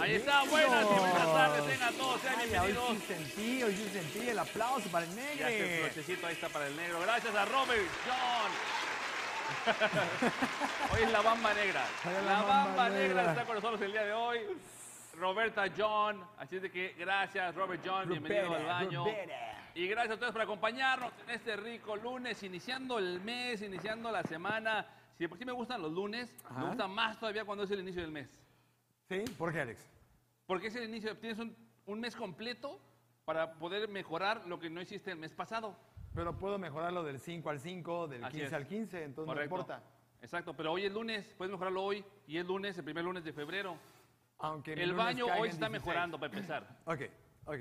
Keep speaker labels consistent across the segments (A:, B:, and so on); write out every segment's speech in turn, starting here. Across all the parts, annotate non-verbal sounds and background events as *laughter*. A: Ahí está, buenas y buenas tardes, tengan todos, sean
B: Ay, hoy
A: bienvenidos.
B: sí Eh. sentí, hoy sí sentí el aplauso para el
A: Y hace un
B: negro.
A: flochecito, ahí está para el negro. Gracias a Robert John.
B: *laughs*
A: hoy es la Bamba Negra.
B: Hoy es la
A: La
B: Bamba
A: Bamba Negra
B: Negra.
A: está con nosotros el día de hoy. Roberta John. Así es de que gracias, Robert John. Bienvenido al
B: Roberta,
A: baño.
B: Roberta.
A: Y gracias a ustedes por acompañarnos en este rico lunes, iniciando el mes, iniciando la semana. Si de por sí me gustan los lunes, me
B: Ajá.
A: gusta más todavía cuando es el inicio del mes.
B: ¿Sí? ¿Por qué, Alex?
A: Porque es el inicio, tienes un, un mes completo para poder mejorar lo que no hiciste el mes pasado.
B: Pero puedo mejorarlo del 5 al 5, del
A: Así
B: 15
A: es.
B: al 15, entonces
A: Correcto.
B: no importa.
A: Exacto, pero hoy es lunes, puedes mejorarlo hoy y es lunes, el primer lunes de febrero.
B: Aunque mi
A: el
B: lunes
A: baño
B: caiga
A: hoy
B: en
A: está
B: 16.
A: mejorando para empezar.
B: Ok, ok.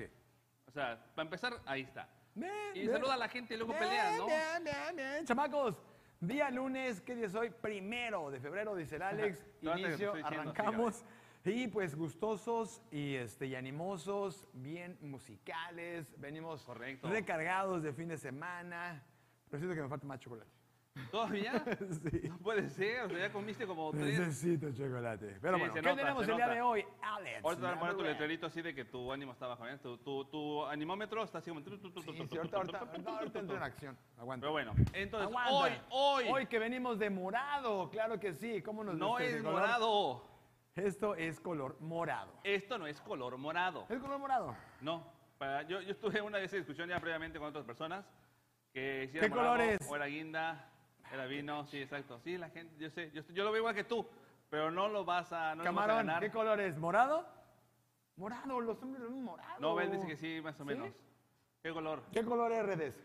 A: O sea, para empezar, ahí está.
B: Bien,
A: Y
B: bien.
A: saluda a la gente y luego
B: Bien,
A: peleas, ¿no?
B: Bien, bien, bien. Chamacos, día lunes, ¿qué día es hoy? Primero de febrero, dice
A: *laughs*
B: el Alex.
A: Todavía te
B: Inicio,
A: estoy diciendo,
B: arrancamos. Y pues gustosos y, este, y animosos, bien musicales. Venimos
A: Correcto.
B: recargados de fin de semana. Pero siento que me falta más chocolate. *laughs*
A: ¿Todavía?
B: Sí.
A: No puede ser, o sea, ya comiste como tres.
B: Necesito chocolate. Pero
A: Sí,
B: bueno,
A: se
B: ¿qué
A: nota,
B: tenemos
A: se
B: el día
A: nota.
B: de hoy, Alex?
A: Ahorita te van a poner tu
B: Number one.
A: letrerito así de que tu ánimo está bajo, ¿eh? tu, tu, tu animómetro está así como... tu, tu, tu, tu,
B: Sí,
A: tu,
B: sí,
A: tu,
B: ahorita,
A: tu, tu,
B: ahorita,
A: tu, tu, tu, tu,
B: ahorita, ahorita
A: tu,
B: entro en
A: tu.
B: acción. Aguanta.
A: Pero bueno, entonces,
B: Aguanta.
A: hoy, hoy,
B: Hoy que venimos de morado, claro que sí. ¿Cómo nos
A: no
B: gusta ese
A: es
B: color?
A: morado.
B: Esto es color morado.
A: Esto no es color morado.
B: ¿Es color morado?
A: No, para- yo, yo estuve una vez en discusión ya previamente con otras personas que si era
B: ¿Qué
A: morado
B: color es?
A: o era guinda, era vino, sí, exacto. Sí, la gente, yo sé, yo, yo lo veo igual que tú, pero no lo vas a, no nos vas a
B: Camarón,
A: ganar.
B: ¿qué color es? ¿Morado? Morado, los hombres lo ven morado.
A: no, Ben dice que sí, más o
B: ¿Sí?
A: menos. ¿Qué color?
B: ¿Qué color es redes?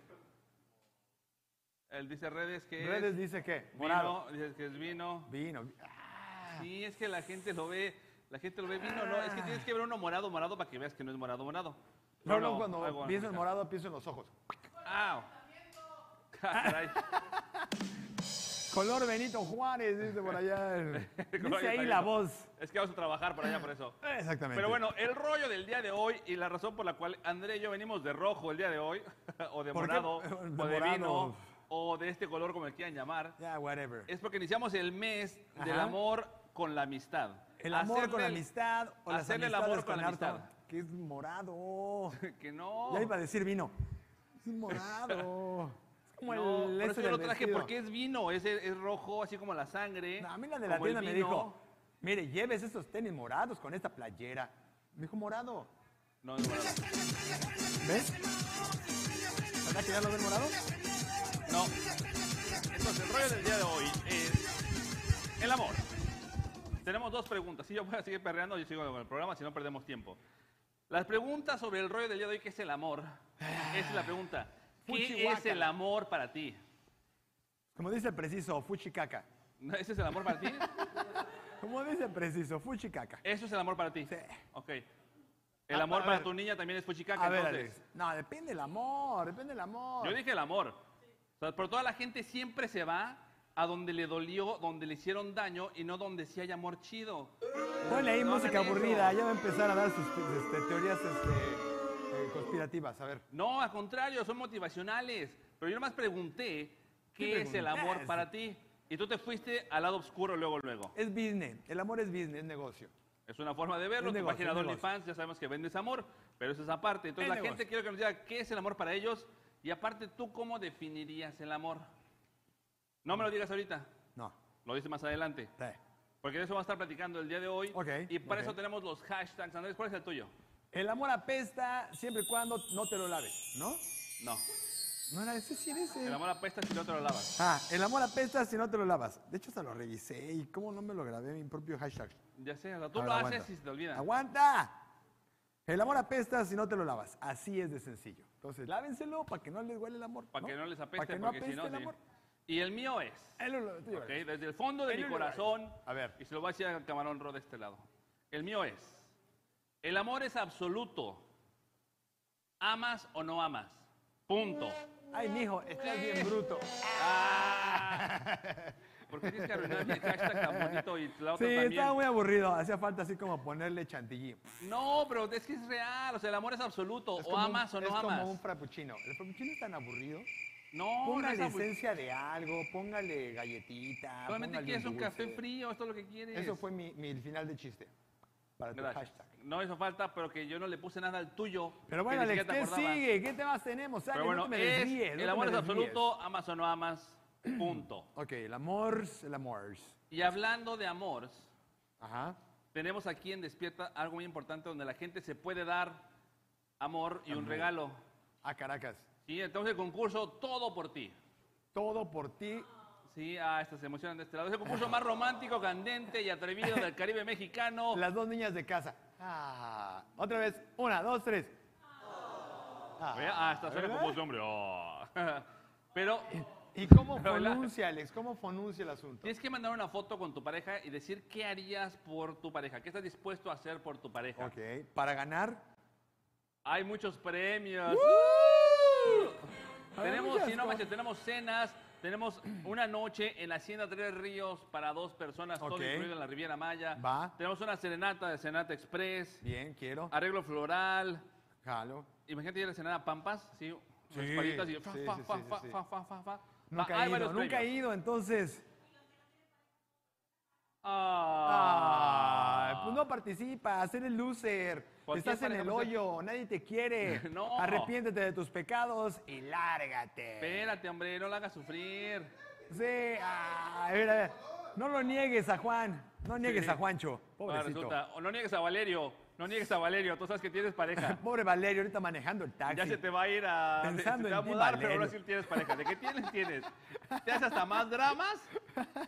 A: Él dice redes que
B: Redes
A: es
B: dice que
A: vino,
B: morado.
A: dices que es vino.
B: Vino. Ah,
A: Sí, es que la gente lo ve, la gente lo ve vino, no, es que tienes que ver uno morado, morado para que veas que no es morado, morado.
B: No, no,
A: algo
B: cuando pienso en
A: analizar.
B: morado, pienso en los ojos.
A: ¡Ah! *laughs* Caray.
B: Color Benito Juárez, dice por allá. el-
A: *laughs* Color
B: dice ahí
A: italiano.
B: la voz.
A: Es que vamos a trabajar por allá por eso.
B: Exactamente.
A: Pero bueno, el rollo del día de hoy y la razón por la cual André y yo venimos de rojo el día de hoy, *laughs* o de
B: ¿Por qué? Eh,
A: morado,
B: De
A: o de
B: morado.
A: vino, o de este color como le quieran llamar,
B: Ya, whatever.
A: es porque iniciamos el mes del
B: Ajá.
A: amor con la amistad.
B: El amor con la
A: Hacerle-
B: amistad o las
A: hacerle el
B: amistades
A: amor con la
B: harto-
A: amistad.
B: Que es morado.
A: Que no.
B: Ya iba a decir vino. Es morado. *laughs* Es como
A: No,
B: el
A: por
B: este
A: eso yo lo
B: del
A: traje
B: vestido.
A: porque es vino, es, es rojo, así como la sangre.
B: No, a mí la de la
A: como el
B: tienda me
A: vino.
B: dijo, mire, lleves esos tenis morados con esta playera. Me dijo morado.
A: No, es morado.
B: ¿Ves? ¿Verdad que ya lo ven morado?
A: No. Entonces, el rollo del día de hoy es el amor. Tenemos dos preguntas. Si yo voy a seguir perreando, yo sigo con el programa, si no perdemos tiempo. Las preguntas sobre el rollo del día de hoy, ¿qué es el amor? Esa es la pregunta. ¿Qué
B: Fuchihuacala.
A: es el amor para ti?
B: Como dice el preciso, fuchicaca.
A: ¿No? ¿Ese es el amor
B: *laughs*
A: para ti?
B: Como dice el preciso, fuchicaca.
A: ¿Eso es el amor para ti?
B: Sí.
A: Ok. El
B: Ah,
A: amor
B: a
A: para
B: ver.
A: tu niña también es fuchicaca,
B: A ver,
A: entonces.
B: Alex. No, depende el amor, depende el amor.
A: Yo dije el amor. O sea, pero toda la gente siempre se va a donde le dolió, donde le hicieron daño y no donde sí hay amor chido.
B: Ponle ahí
A: No
B: música
A: hagan eso.
B: aburrida, ya va a empezar a dar sus este, teorías este, eh, conspirativas. A ver.
A: No, al contrario, son motivacionales. Pero yo nomás pregunté qué,
B: ¿Qué
A: es el amor
B: preguntaste?
A: para ti. Y tú te fuiste al lado oscuro luego, luego.
B: Es business, el amor es business, es negocio.
A: Es una forma de verlo.
B: Es
A: Tu
B: negocio,
A: página
B: es
A: de
B: negocio.
A: OnlyFans ya sabemos que vendes amor, pero eso es aparte. Entonces
B: Es
A: la
B: negocio.
A: gente quiero que nos diga qué es el amor para ellos y aparte tú cómo definirías el amor. No me lo digas ahorita,
B: No.
A: lo dices más adelante.
B: Sí.
A: Porque de eso vamos a estar platicando el día de hoy.
B: Ok,
A: y para
B: ok.
A: eso tenemos los hashtags. Andrés, ¿cuál es el tuyo?
B: El amor apesta siempre y cuando no te lo laves, ¿no?
A: No.
B: No era ese, sí era ese.
A: El amor apesta si no te lo lavas.
B: Ah, el amor apesta si no te lo lavas. De hecho, hasta lo revisé y cómo no me lo grabé mi propio hashtag.
A: Ya sé, o sea, tú
B: A ver,
A: lo
B: aguanta.
A: haces y se te olvida.
B: ¡Aguanta! El amor apesta si no te lo lavas. Así es de sencillo. Entonces, lávenselo para que no les huele el amor.
A: Para que no les apeste,
B: Para que no
A: porque
B: apeste
A: si no,
B: el
A: sí.
B: amor.
A: Y el mío es,
B: Él lo- lo- tú
A: ¿ok?
B: lloras.
A: desde el fondo de
B: Él
A: mi
B: lo-
A: corazón,
B: A ver.
A: y se lo voy a decir al camarón Ro de este lado. El mío es, el amor es absoluto. ¿Amas o no amas? Punto.
B: Ay, mijo, estás
A: *laughs*
B: bien bruto.
A: Ah. Porque tienes que arruinar mi hashtag tan bonito y la
B: Sí,
A: otra también.
B: estaba muy aburrido. Hacía falta así como ponerle chantilly.
A: No, pero es que es real. O sea, el amor es absoluto.
B: Es
A: o
B: como un-
A: amas o no
B: Es
A: amas.
B: como un frappuccino. El frappuccino es tan aburrido.
A: No,
B: Póngale
A: no es aburrido.
B: esencia de algo, póngale galletita.
A: Solamente
B: póngale
A: quieres un
B: dulce.
A: café frío, esto es lo que quieres.
B: Eso fue mi, mi final de chiste. Para tu
A: Gracias.
B: hashtag.
A: No hizo falta, pero que yo no le puse nada al tuyo.
B: Pero
A: que
B: bueno,
A: ni
B: Alex,
A: siquiera te
B: ¿qué
A: acordabas.
B: sigue? ¿Qué temas tenemos? Dale,
A: Pero bueno,
B: no te me desvíes,
A: es,
B: no te
A: el
B: me
A: amor es
B: desvíes.
A: absoluto, amas o no
B: *clears throat*
A: amas, punto.
B: Ok, el amor, el amor.
A: Y hablando de amor,
B: Ajá.
A: tenemos aquí en Despierta algo muy importante donde la gente se puede dar amor y un regalo.
B: A Ah, Caracas.
A: Y entonces el concurso Todo por ti.
B: Todo por ti.
A: Sí, ah, estas se emocionan de este lado. Es el concurso más romántico, candente y atrevido del Caribe mexicano.
B: *laughs* Las dos niñas de casa. Ah. Otra vez. Una, dos, tres.
A: Vea, Ah, hasta suena
B: ¿verdad?
A: como voz de hombre. Oh. *laughs* Pero
B: ¿Y *laughs* cómo
A: ¿Verdad?
B: pronuncia, Alex? ¿Cómo pronuncia el asunto?
A: tienes que mandar una foto con tu pareja y decir qué harías por tu pareja, qué estás dispuesto a hacer por tu pareja.
B: Ok, para ganar.
A: Hay muchos premios.
B: ¡Uh! Hay
A: Tenemos,
B: ¡Uh! muchas
A: sí, no
B: cosas.
A: manches, tenemos cenas, tenemos una noche en la Hacienda Tres Ríos para dos personas,
B: Ok.
A: todo incluido en la Riviera Maya.
B: Va.
A: Tenemos una serenata de Senata Express,
B: Bien, quiero.
A: arreglo floral. ah,
B: Jalo.
A: Imagínate ir a la Senata Pampas, sí, unas
B: Sí,
A: palitas y fa,
B: sí,
A: fa,
B: sí,
A: fa,
B: sí,
A: fa,
B: sí.
A: fa, fa, fa, fa.
B: Nunca
A: Hay
B: he ido,
A: varios
B: nunca he
A: premios.
B: ido, entonces.
A: Ah.
B: Ah, pues no participas, eres loser.
A: Cualquier
B: Estás en
A: pareja
B: el
A: puede ser-
B: hoyo, nadie te quiere.
A: *laughs* No.
B: Arrepiéntete de tus pecados y lárgate.
A: Espérate, hombre, no la hagas sufrir.
B: Sí, ah, a ver, a ver. No lo niegues a Juan. No niegues
A: Sí.
B: a Juancho.
A: Ahora
B: Pobrecito.
A: resulta, o no niegues a Valerio, no niegues a Valerio, tú sabes que tienes
B: *laughs*
A: pareja.
B: Pobre Valerio, ahorita manejando el taxi.
A: Ya se te va a ir a. se-
B: Pensando
A: se te va a
B: en ti,
A: mudar, pero ahora sí
B: Valerio.
A: tienes pareja. ¿De qué tienes? Tienes. Te hace hasta más dramas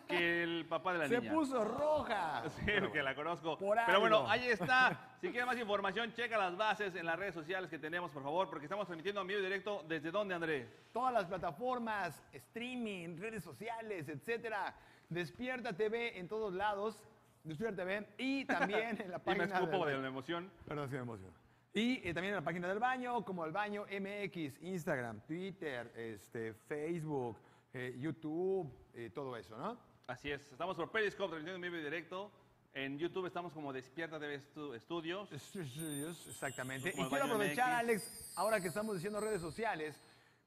A: que el papá de la
B: Se
A: niña.
B: puso roja.
A: Sí, que la conozco.
B: Ah, por
A: Pero bueno,
B: algo.
A: ahí está. Si quieres más información, checa las bases en las redes sociales que tenemos, por favor, porque estamos transmitiendo en vivo y directo. ¿Desde dónde, André?
B: Todas las plataformas, streaming, redes sociales, etcétera. Despierta TV en todos lados. Despierta TV.
A: *laughs*
B: Y también en la
A: Y me
B: página.
A: escupo
B: del-
A: de la emoción.
B: Perdón, sí me emociono. Y eh, también en la página del baño, como el baño MX, Instagram, Twitter, este, Facebook, eh, YouTube, eh, todo eso, ¿no?
A: Así es. Estamos por Periscope, transmitiendo en vivo y directo. En YouTube estamos como Despierta TV Estu- Estudios.
B: Exactamente.
A: Como
B: Y
A: el
B: quiero
A: baño
B: aprovechar,
A: MX.
B: Alex, ahora que estamos diciendo redes sociales,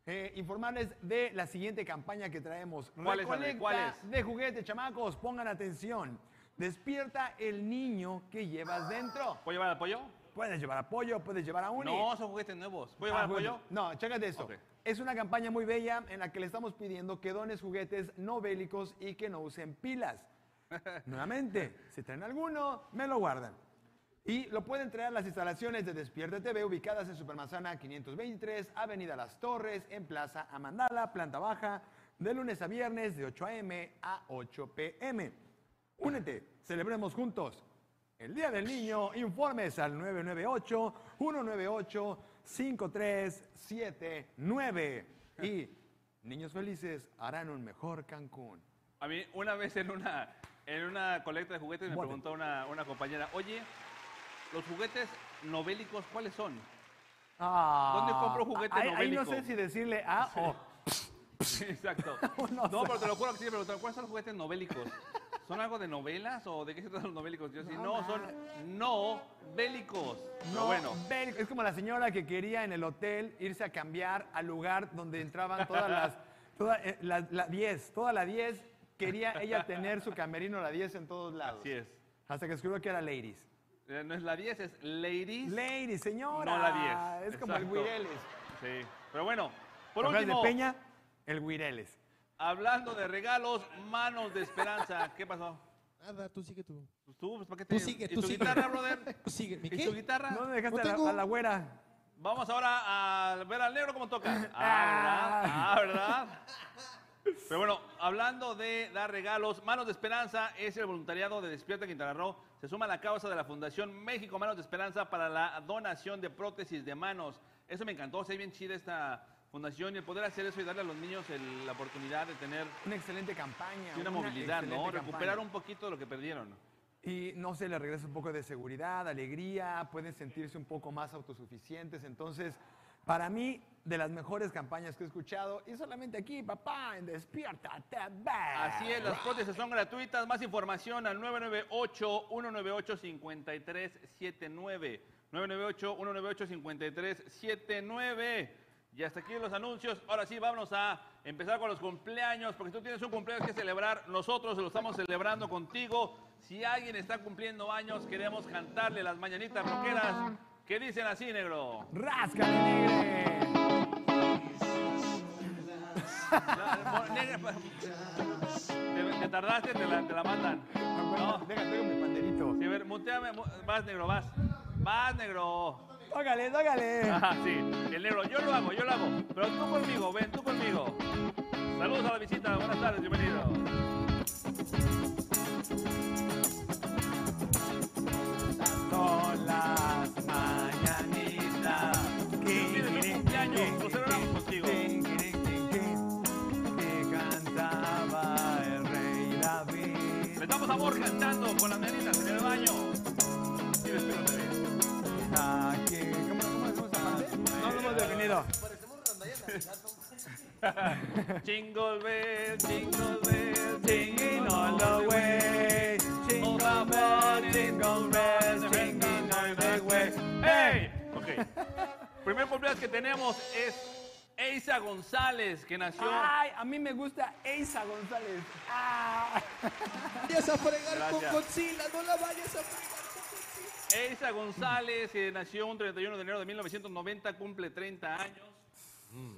B: eh, informarles de la siguiente campaña que traemos.
A: ¿Cuál es, Alex? ¿Cuál
B: Recolecta
A: es?
B: de juguete, chamacos, pongan atención. Despierta el niño que llevas dentro.
A: ¿Puedo llevar apoyo?
B: Puedes llevar apoyo, puedes llevar a Uni.
A: No, son juguetes nuevos. ¿Puedo llevar
B: Ah, bueno.
A: apoyo?
B: No, chécate esto.
A: Ok.
B: Es una campaña muy bella en la que le estamos pidiendo que dones juguetes no bélicos y que no usen pilas.
A: *laughs*
B: Nuevamente, si traen alguno, me lo guardan. Y lo pueden traer a las instalaciones de Despierta TV ubicadas en Supermanzana 523, Avenida Las Torres, en Plaza Amandala, planta baja, de lunes a viernes de 8 a.m. a 8 p.m. Únete, celebremos juntos. El Día del Niño, informes al 998-198-5379. Y niños felices harán un mejor Cancún.
A: A mí, una vez en una, en una colecta de juguetes me
B: Bueno.
A: preguntó una, una compañera, oye, los juguetes novélicos, ¿cuáles son?
B: Ah,
A: ¿Dónde compro juguete
B: ahí, ahí no
A: novélico?
B: sé si decirle A o...
A: Sí,
B: *laughs*
A: Exacto.
B: No
A: no,
B: sé.
A: pero te lo juro que sí, pero ¿cuáles son los juguetes novélicos? ¿Son algo de novelas o de qué se tratan los novélicos? Yo sí,
B: No,
A: no,
B: ma.
A: son no bélicos.
B: No,
A: No, bueno.
B: bélico. Es como la señora que quería en el hotel irse a cambiar al lugar donde entraban
A: *laughs*
B: todas las... Toda, eh, la, la 10, toda la 10 quería ella tener su camerino la 10 en todos lados.
A: Así es.
B: Hasta que descubrió que era ladies.
A: Eh, No es la 10, es ladies.
B: Ladies, señora.
A: No la 10,
B: Ah, Es como el
A: exacto.
B: Guireles.
A: sí. Pero bueno, por
B: ¿Te acuerdas
A: último,
B: de Peña? El Guireles.
A: hablando de regalos, manos de esperanza. ¿Qué pasó?
C: Nada, tú sigue tú.
A: ¿Tú? pues, ¿Para qué te...
C: Tú sigue,
A: ¿Y
C: tú
A: tu
C: sigue.
A: guitarra, brother?
C: Tú sigue. *laughs* ¿Mi
A: ¿Y
C: qué?
A: tu guitarra?
B: No me dejaste a
C: No
B: la-
C: tengo.
B: a la güera.
A: Vamos ahora a ver al negro cómo toca.
B: *laughs* Ah.
A: Ah, ¿verdad? Ah, ¿verdad? Pero bueno, hablando de dar regalos, Manos de Esperanza es el voluntariado de Despierta Quintana Roo. Se suma a la causa de la Fundación México Manos de Esperanza para la donación de prótesis de manos. Eso me encantó, se ve bien chida esta fundación y el poder hacer eso y darle a los niños el- la oportunidad de tener
B: Una excelente campaña.
A: una, movilidad, ¿no?
B: excelente
A: Recuperar
B: campaña.
A: un poquito de lo que perdieron.
B: Y no se les regresa un poco de seguridad, alegría, pueden sentirse un poco más autosuficientes. Entonces, para mí, de las mejores campañas que he escuchado, y solamente aquí, papá, en Despierta TV.
A: Así es, las prótesis son gratuitas. Más información al 998-198-5379. 998-198-5379. Y hasta aquí los anuncios. Ahora sí, vámonos a empezar con los cumpleaños, porque tú tienes un cumpleaños que celebrar, nosotros lo estamos celebrando contigo. Si alguien está cumpliendo años, queremos cantarle las mañanitas roqueras que dicen así, negro.
B: ¡Ráscale, negre!
A: La- mo- negra, pa- te, te tardaste, te la, te la mandan. No,
B: Ah, Deja, traigo mi panderito.
A: sí, a ver, muteame, mu- vas, negro, vas. Vas, negro.
B: Tócale, tócale.
A: Ajá, sí, el negro. Yo lo hago, yo lo hago. Pero tú conmigo, ven, tú conmigo. Saludos a la visita, buenas tardes, bienvenido.
B: Son las mañanitas.
A: Tienes un cumpleaños, lo celebramos contigo.
B: Que cantaba el rey David.
A: Metamos amor cantando con las nenitas en el baño. Sí, despídate bien.
B: Aquí. ¿Cómo, cómo decimos esa parte? No lo hemos definido.
A: *laughs* Jingle bell, jingle bell,
B: Singing all the way. Jingle bell, jingle bell, singing all the way.
A: ¡Hey! Ok. Primer cumpleaños que tenemos es Eisa González, que nació.
B: Ay, a mí me gusta Eiza González. Ah.
C: vayas a fregar
A: Gracias.
C: con Godzilla, no la vayas a fregar con Godzilla.
A: Eisa González, que nació un 31 de enero de 1990, cumple 30 años.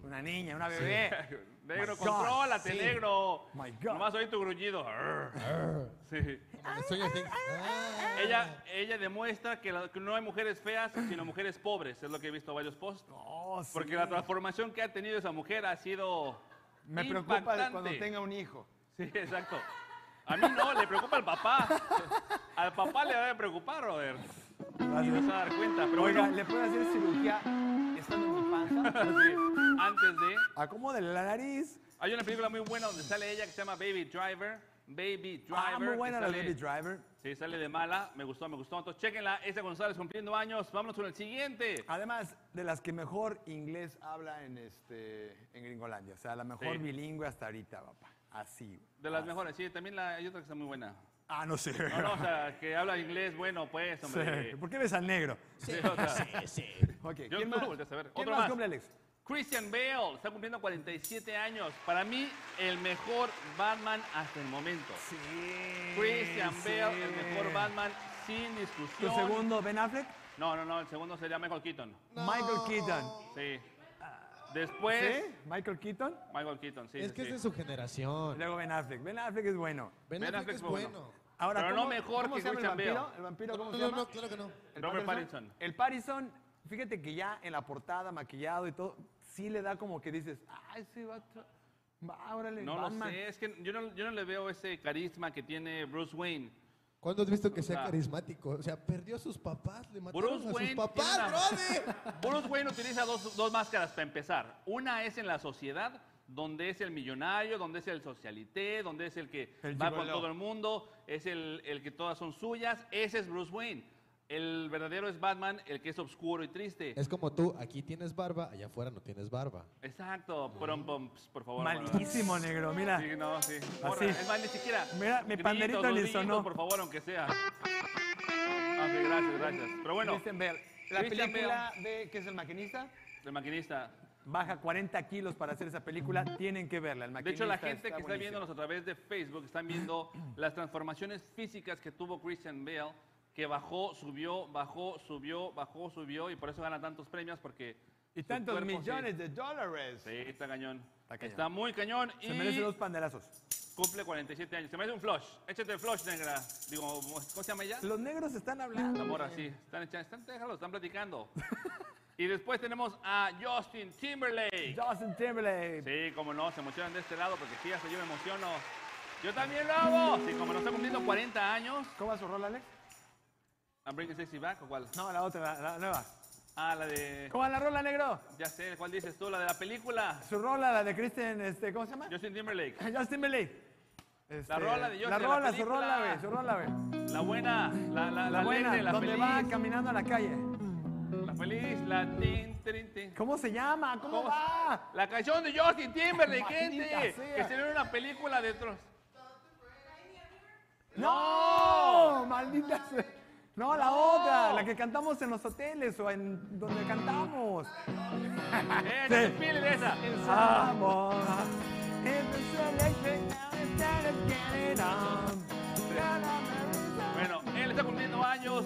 B: Una niña, una bebé.
A: Negro,
B: My God,
A: contrólate,
B: sí.
A: negro.
B: My God.
A: Nomás oí tu grullido. Sí.
C: Estoy así. Ah.
A: Ella, ella demuestra que, la- que no hay mujeres feas, sino mujeres pobres. Es lo que he visto en varios posts.
B: Oh, sí.
A: Porque la transformación que ha tenido esa mujer ha sido.
B: Me preocupa de cuando
A: impactante.
B: tenga un hijo.
A: Sí, exacto. A mí no, le preocupa al papá. Al papá le debe preocupar, Robert. Y
B: Gracias.
A: vas a dar cuenta. Pero
B: Oiga, *laughs*
A: bueno,
B: ¿le puedo hacer cirugía estando en mi panza?
A: sí, antes de.
B: Acomódele la nariz.
A: Hay una película muy buena donde sale ella que se llama Baby Driver. Baby Driver.
B: Ah, muy
A: que
B: buena la
A: sale-
B: Baby Driver.
A: Sí, sale de mala. Me gustó, me gustó. Entonces, chequenla. Esa González cumpliendo años. Vámonos con el siguiente.
B: Además, de las que mejor inglés habla en, este, en Gringolandia. O sea, la mejor
A: Sí.
B: bilingüe hasta ahorita, papá. Así.
A: De las
B: Ah,
A: mejores, sí. También la, hay otra que está muy buena.
B: Ah, no sé.
A: No, no, o sea, que habla inglés, bueno, pues, hombre.
B: *laughs* Sí. ¿Por qué ves al negro?
A: Sí, o sea,
B: Ok,
A: Yo
B: ¿quién
A: no
B: más?
A: lo volteas a ver.
B: ¿Quién
A: Otro
B: más,
A: más.
B: cumple, Alex?
A: Christian Bale está cumpliendo 47 años. Para mí, el mejor Batman hasta el momento.
B: Sí.
A: Christian Bale,
B: sí.
A: el mejor Batman, sin
B: ¿Tu
A: discusión.
B: segundo, Ben Affleck?
A: No, no, no, el segundo sería Michael Keaton.
B: Michael Keaton.
A: Sí. Después,
B: ¿Sí? Michael Keaton.
A: Michael Keaton, sí.
C: Es
A: sí,
C: que
A: sí.
C: es de su
B: Y
C: generación.
B: luego Ben Affleck. Ben Affleck es bueno.
C: Ben
A: Ben
C: Affleck
A: Affleck
C: es
A: fue bueno.
C: bueno.
B: Ahora,
A: Pero no
B: ¿cómo-
A: mejor
B: ¿cómo
A: que
B: se llama el
A: Christian
B: vampiro?
A: Bale.
B: ¿El vampiro
C: No,
B: cómo se
C: no,
B: llama?
C: no, claro que no.
B: ¿El
A: Robert
B: Pattinson?
A: Pattinson.
B: El Pattinson, fíjate que ya en la portada, maquillado y todo, sí le da como que dices, ah, ese vato, va, órale,
A: No lo
B: Batman".
A: sé, es que yo no, yo no le veo ese carisma que tiene Bruce Wayne.
C: ¿Cuándo has visto que sea
A: sea,
C: carismático? O sea, perdió a sus papás, le mataron
A: Bruce
C: a sus
A: Wayne
C: papás,
A: tiene una-
C: brother.
A: Bruce Wayne utiliza dos, dos máscaras para empezar. Una es en la sociedad, donde es el millonario, donde es el socialité, donde es el que
B: El
A: va con
B: gigoló.
A: todo el mundo, es el, el que todas son suyas. Ese es Bruce Wayne. El verdadero es Batman, el que es oscuro y triste.
C: Es como tú, aquí tienes barba, allá afuera no tienes barba.
A: Exacto. Prom, pom, ps, por favor. Manuel.
B: Malísimo, negro, mira.
A: Sí, no, sí. Porra, Es más, ni siquiera.
B: Mira, mi panderito
A: dos
B: le
A: gritos,
B: sonó.
A: por favor, aunque sea. Ok, gracias, gracias. Pero bueno,
B: Christian Bale. La
A: Christian
B: película de que es el maquinista,
A: el maquinista.
B: baja 40 kilos para hacer esa película, tienen que verla. El
A: De
B: maquinista
A: hecho, la gente que está
B: buenísimo.
A: viéndonos a través de Facebook están viendo
B: *clears throat*
A: las transformaciones físicas que tuvo Christian Bale, que bajó, subió, bajó, subió, bajó, subió, y por eso gana tantos premios, porque.
B: Y
A: su
B: tantos
A: cuerpo se-
B: millones de dólares.
A: Sí, está cañón.
B: Está
A: Está,
B: cañón.
A: muy cañón
B: Se
A: y
B: merece dos panderazos.
A: cumple 47 años. Se merece un flush. Échate el flush, negra. Digo, ¿cómo se llama ella?
B: Los negros están hablando.
A: Amor, así. Están, echa- están, déjalo, están platicando. *laughs* y después tenemos a Justin Timberlake.
B: Justin Timberlake.
A: Sí, como no, se emocionan de este lado porque sí, hasta yo me emociono. Yo también lo hago. Sí, como no está cumpliendo 40 años.
B: ¿Cómo va su rol, Alex?
A: ¿I'm bringing sexy back o cuál?
B: No, la otra, la, la nueva.
A: Ah, la de.
B: ¿Cómo va la rola, negro?
A: Ya sé, ¿cuál dices tú? La de la película.
B: Su rola, la de Christian, este, ¿cómo se llama?
A: Justin Timberlake.
B: *clears throat* Justin Timberlake. Este,
A: rola de Justin,
B: La
A: la
B: rola, su
A: película.
B: rola, güey, su rola, güey.
A: La buena, la, la,
B: La
A: la
B: buena,
A: alegre, la
B: donde
A: feliz.
B: va caminando a la calle.
A: La feliz, la tin, tin, tin.
B: ¿Cómo se llama? ¿Cómo,
A: ¿Cómo se-
B: va?
A: La canción de Justin Timberlake, gente.
B: Maldita sea.
A: Que se ve en una película de otros.
B: ¡No! ¡Maldita sea! No, la otra, la que cantamos en los hoteles o en donde cantamos.
A: Esa, es
B: Ah, Sí.
A: Philip, esa. Ah.
B: Vamos. If it's electric, now it's time to get it on. La, la, la, la.
A: Ah, Bueno, él está cumpliendo años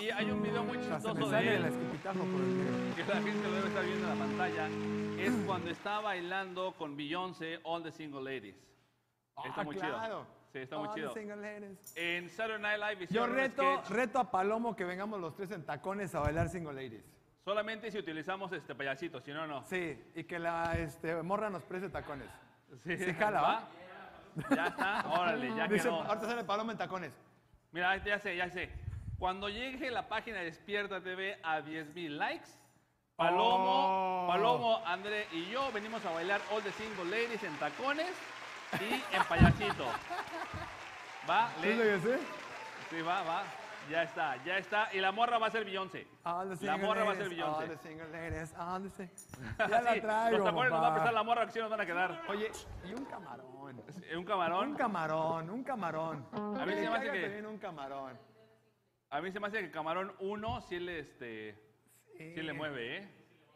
A: y hay un video muy
B: Hasta Se me
A: chistoso
B: sale
A: de
B: el
A: él.
B: escupitajo por el dedo.
A: que la gente lo debe estar viendo en la pantalla, es cuando está bailando con Beyoncé All the Single Ladies. Está
B: Ah,
A: muy
B: claro.
A: chido. Sí, está muy
B: All the
A: chido.
B: single ladies.
A: En Saturday Night Live
B: Yo
A: hicieron un
B: reto,
A: sketch
B: reto a Palomo que vengamos los tres en tacones a bailar single ladies.
A: solamente si utilizamos este payasito, si no, no.
B: Sí, y que la este, morra nos preste tacones.
A: Sí,
B: ¿Se jala, va?
A: Ya está, órale, ya
B: Dice,
A: quedó.
B: ahorita sale Palomo en tacones.
A: Mira, ahí te- ya sé, ya sé. Cuando llegue la página Despierta TV a 10.000 likes, Palomo,
B: Oh.
A: Palomo, André y yo venimos a bailar All the Single Ladies en tacones y en
B: *laughs*
A: payasito. Va,
B: ¿Sí lo
A: le,
B: que sé?
A: sí, va, va. Ya está, ya está. Y la morra va a ser Beyoncé.
B: All the
A: La
B: single
A: morra va a ser
B: ladies, All the
A: Beyoncé.
B: single ladies, all the sing- Ya
A: *laughs*
B: la
A: Sí,
B: traigo,
A: Los tacones nos va a
B: papá.
A: prestar la morra, que si no nos van a
B: *laughs*
A: quedar.
B: Oye, y un camarón.
A: Eh, Un camarón.
B: Un camarón, un camarón.
A: A mí se me hace
B: caiga
A: que-
B: también un camarón.
A: A mí se me hace que camarón 1 sí le, este,
B: Sí.
A: sí le
B: *laughs*
A: mueve, ¿eh?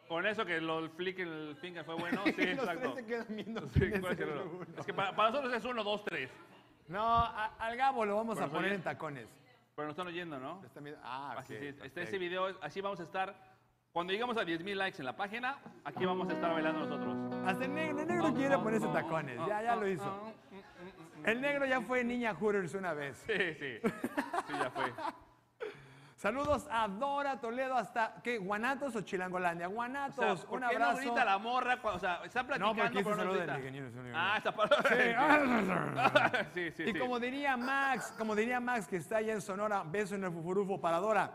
A: Con eso que lo, el flick en el finger fue bueno, sí,
B: *laughs* Los
A: exacto.
B: tres se quedan viendo
A: Sí,
B: quién es
A: ¿cuál es el
B: el
A: uno?
B: uno.
A: Es que para, para nosotros es 1, 2, 3.
B: No, a- al Gabo lo vamos
A: Bueno,
B: a poner
A: oye.
B: en tacones.
A: Pero nos están oyendo, ¿no?
B: Está bien- Ah,
A: Así
B: ok,
A: sí, está
B: perfecto.
A: ese video, es- así vamos a estar. Cuando llegamos a 10.000 likes en la página, aquí vamos a estar bailando nosotros.
B: Hasta el negro, el negro
A: Oh,
B: quiere ponerse tacones, ya, ya lo hizo. El negro ya fue niña Hooters una vez.
A: Sí, sí. Sí, ya
B: *laughs*
A: fue.
B: Saludos a Dora Toledo hasta, ¿qué? ¿Guanatos o Chilangolandia?
A: O sea,
B: Guanatos,
A: ¿por
B: un
A: qué no
B: abrazo.
A: grita la morra? cua- O sea, está platicando,
B: porque ese
A: pero no
B: saludo
A: grita.
B: del ingeniero es un ingeniero.
A: Ah, está para... *laughs* sí, sí,
B: y
A: sí.
B: como diría Max, como diría Max que está allá en Sonora, beso en el fufurufo para Dora,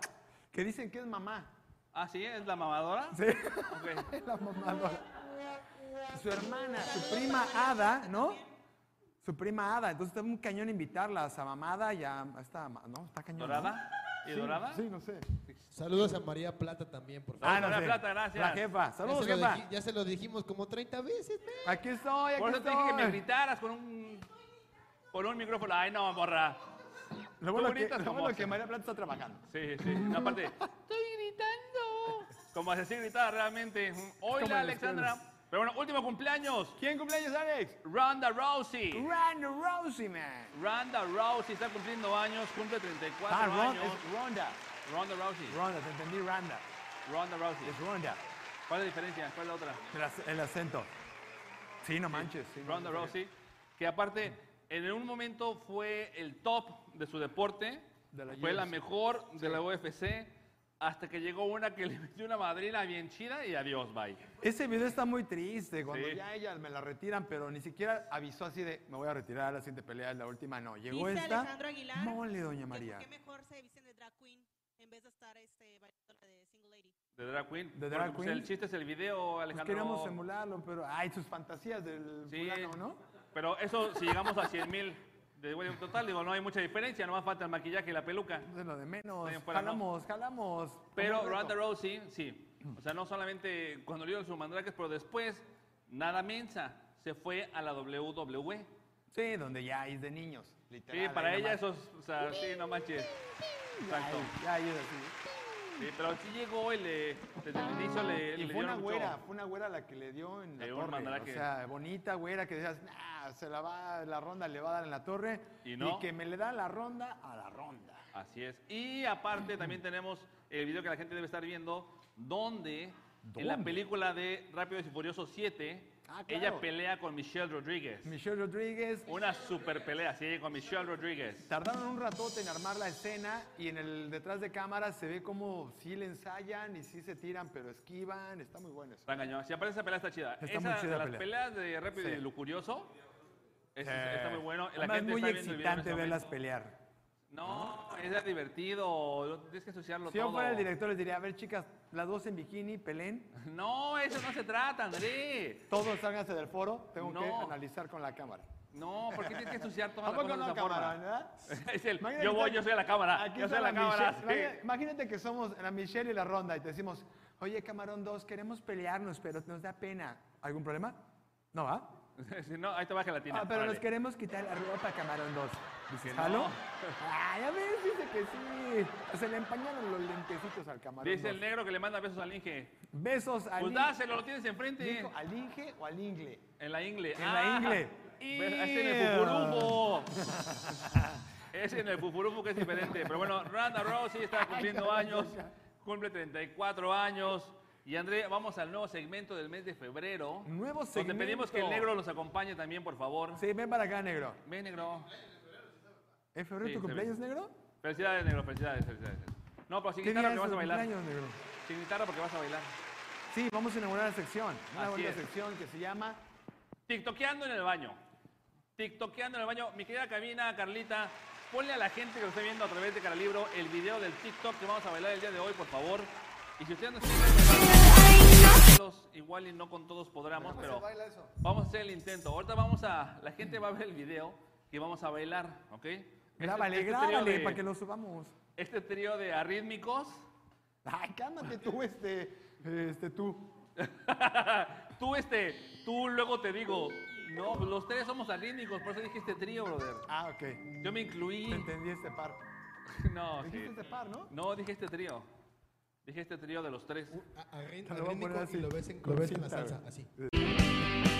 B: que dicen que es mamá. *laughs*
A: Ah, sí, es la mamadora.
B: Sí.
A: Ok.
B: La mamá Dora. Su hermana, su prima Ada, ¿no? Su prima Ada. Entonces está un cañón invitarla a Samamada y a a esta, ma- ¿no? Está cañón. ¿no?
A: ¿Dorada? ¿Y dorada?
B: Sí, no sé.
C: Saludos a María Plata también, por favor.
A: Ah, Dora Plata, gracias.
B: La jefa.
C: Ya se
B: Saludos,
C: lo
B: jefa.
C: dij- ya se lo dijimos como 30 veces, man.
B: Aquí estoy, aquí
A: Por eso te
B: estoy.
A: dije que me gritaras con un, con un micrófono. Ay, no, morra.
B: Lo bueno,
A: Tú
B: que,
A: gritas
B: lo
A: como
B: bueno
A: oso.
B: que María Plata está trabajando.
A: Sí, sí. No, aparte, estoy gritando. Como así gritaba realmente. mm,
B: en la
A: Hola, Alexandra. Pero bueno, último cumpleaños.
B: ¿Quién cumpleaños, Alex?
A: Ronda Rousey.
B: Randy Rousey, man.
A: Ronda Rousey está cumpliendo años, cumple 34
B: Ah, Ron-
A: años.
B: es Ronda.
A: Ronda Rousey.
B: Ronda, te entendí, Randa.
A: Ronda Rousey.
B: Es Ronda.
A: ¿Cuál es la diferencia? ¿Cuál es la otra?
B: El, ac- el acento. Sí, no manches. sí, no
A: Ronda
B: manches.
A: Rousey, que aparte en un momento fue el top de su deporte,
B: De la
A: fue la
B: UFC.
A: mejor de la UFC, hasta que llegó una que *laughs* le metió una madrina bien chida y adiós, bye.
B: Ese video está muy triste, cuando
A: Sí.
B: ya ella me la retiran, pero ni siquiera avisó así de, me voy a retirar, la siguiente pelea es la última, no. Llegó
D: Dice
B: esta,
D: Alejandro Aguilar
B: mole, doña
D: que
B: María.
D: ¿Por qué mejor se visten de drag queen en vez de estar este, bailando la de single lady?
A: De Drag Queen.
B: De Drag
A: Porque, pues,
B: Queen.
A: el chiste es el video,
B: Pues
A: Alejandro.
B: queríamos emularlo, pero, ay, sus fantasías del
A: Sí.
B: fulano, ¿no?
A: Pero eso, si llegamos a 100 mil de güey, total, digo, no hay mucha diferencia, nomás falta el maquillaje y la peluca.
B: De lo de menos,
A: Bien, fuera, ¿no?
B: jalamos, jalamos.
A: Pero
B: Como un
A: Ronda
B: reto.
A: Rousey, sí. O sea, no solamente cuando le dieron sus mandraques, pero después, nada mensa, se fue a la E. WWE.
B: Sí, donde ya es de niños, literal.
A: Sí, para
B: ahí
A: ella
B: nomás.
A: eso es, o sea, sí, no manches. Exacto.
B: Ya, ahí es así.
A: Sí, pero sí llegó y le, desde el inicio le,
B: Y
A: le
B: fue una
A: dieron
B: güera,
A: mucho-
B: fue una güera la que le dio en
A: Le
B: la
A: dio un
B: torre.
A: mandaraque.
B: O sea, bonita güera que decías, nah, se la va, la ronda le va a dar en la torre.
A: Y no.
B: que me le da la ronda a la ronda.
A: Así es. Y aparte también tenemos el video que la gente debe estar viendo, donde en la
B: ¿Dónde?
A: película de Rápidos y Furiosos 7,
B: Ah, claro.
A: ella pelea con Michelle Rodríguez.
B: Michelle Rodríguez,
A: Una super pelea, sí, con Michelle Rodríguez.
B: tardaron un ratote en armar la escena y en el detrás de cámara se ve como sí le ensayan y sí se tiran, pero esquivan. Está muy bueno eso.
A: Está cañón. Si aparece esa pelea está chida.
B: Está
A: Esa,
B: muy chida la
A: las
B: pelea.
A: peleas de Rápido
B: Sí.
A: y lo curioso, es-
B: Sí.
A: está muy bueno. La
B: Además,
A: gente
B: es muy
A: está viendo el video en
B: excitante
A: este
B: verlas
A: momento.
B: pelear.
A: No, es divertido. Tienes que asociarlo
B: Si
A: todo.
B: yo fuera el director, les diría, a ver, chicas, las dos en bikini, peleen.
A: No, eso no se trata, André.
B: Todos sálganse del foro. Tengo que
A: No.
B: analizar con la cámara.
A: No, ¿por qué tienes que ensuciar todas
B: ¿A
A: las
B: poco
A: cosas de
B: no,
A: esa forma?
B: camarón, verdad?
A: *laughs* Es el,
B: Imagínate
A: yo
B: que
A: voy,
B: está-
A: yo soy la cámara.
B: Aquí
A: yo
B: está
A: soy la, cámara.
B: Michelle.
A: sí.
B: Imagínate que somos la Michelle y la Ronda y te decimos, oye, Camarón 2, queremos pelearnos, pero nos da pena. ¿Algún problema? No, ¿va?
A: *laughs* Si no, ahí te va gelatina.
B: Ah, pero
A: órale.
B: nos queremos quitar la ropa, Camarón 2. Dices,
A: no.
B: *laughs* ¿jalo? Ah, ya ves, dice que sí. Se le empañaron los lentecitos al camarón.
A: Dice el
B: dos.
A: negro que le manda besos al Inge.
B: Besos al
A: Pues
B: in-
A: dáselo, lo tienes enfrente.
B: ¿Dijo al Inge o al Ingle?
A: En la ingle. Ah,
B: En la ingle.
A: Ve- Es en el fufurufu. es en el fufurufu que es diferente. Pero bueno, Ronda Rousey está cumpliendo años. Cumple 34 años. Y André, vamos al nuevo segmento del mes de febrero.
B: Nuevo
A: Donde pedimos que el
B: segmento.
A: negro nos acompañe también, por favor.
B: Sí, ven para acá, negro.
A: Ven, negro.
B: ¿Es febrero
A: Sí,
B: tu
A: se ve.
B: cumpleaños, negro?
A: Felicidades, negro. Felicidades, felicidades. No, pero sin
B: ¿Qué
A: guitarra que
B: día es
A: vas
B: tu
A: a bailar.
B: cumpleaños, negro?
A: Sin guitarra porque vas a bailar.
B: Sí, vamos a inaugurar la sección. Una
A: Así
B: bonita
A: es.
B: sección que se llama
A: TikTokeando en el baño. TikTokeando en el baño. Mi querida Camina, Carlita, ponle a la gente que lo está viendo a través de Caralibro el video del TikTok que vamos a bailar el día de hoy, por favor. Y si ustedes no están bailando, igual y no con todos podremos, pero vamos a hacer el intento. Ahorita vamos a, la gente va a ver el video que vamos a bailar, ¿ok? Este-
B: Grábale,
A: este trío
B: grábale
A: de-
B: para que lo subamos.
A: Este trío de arrítmicos,
B: Ay, cámate tú, este, este tú.
A: tú este, tú luego te digo, no, los tres somos arrítmicos, por eso dije este trío, brother.
B: Ah, ok.
A: Yo me incluí.
B: Te entendí este par.
A: *laughs* No, sí.
B: Dijiste este par, ¿no?
A: No, dije este trío. Dije este trío de los tres.
C: A- a-
B: Te lo voy a poner
C: arrítmico
B: así.
C: y lo ves en,
B: Con
C: lo ves en la
B: cinta,
C: salsa,
B: güey.
C: así.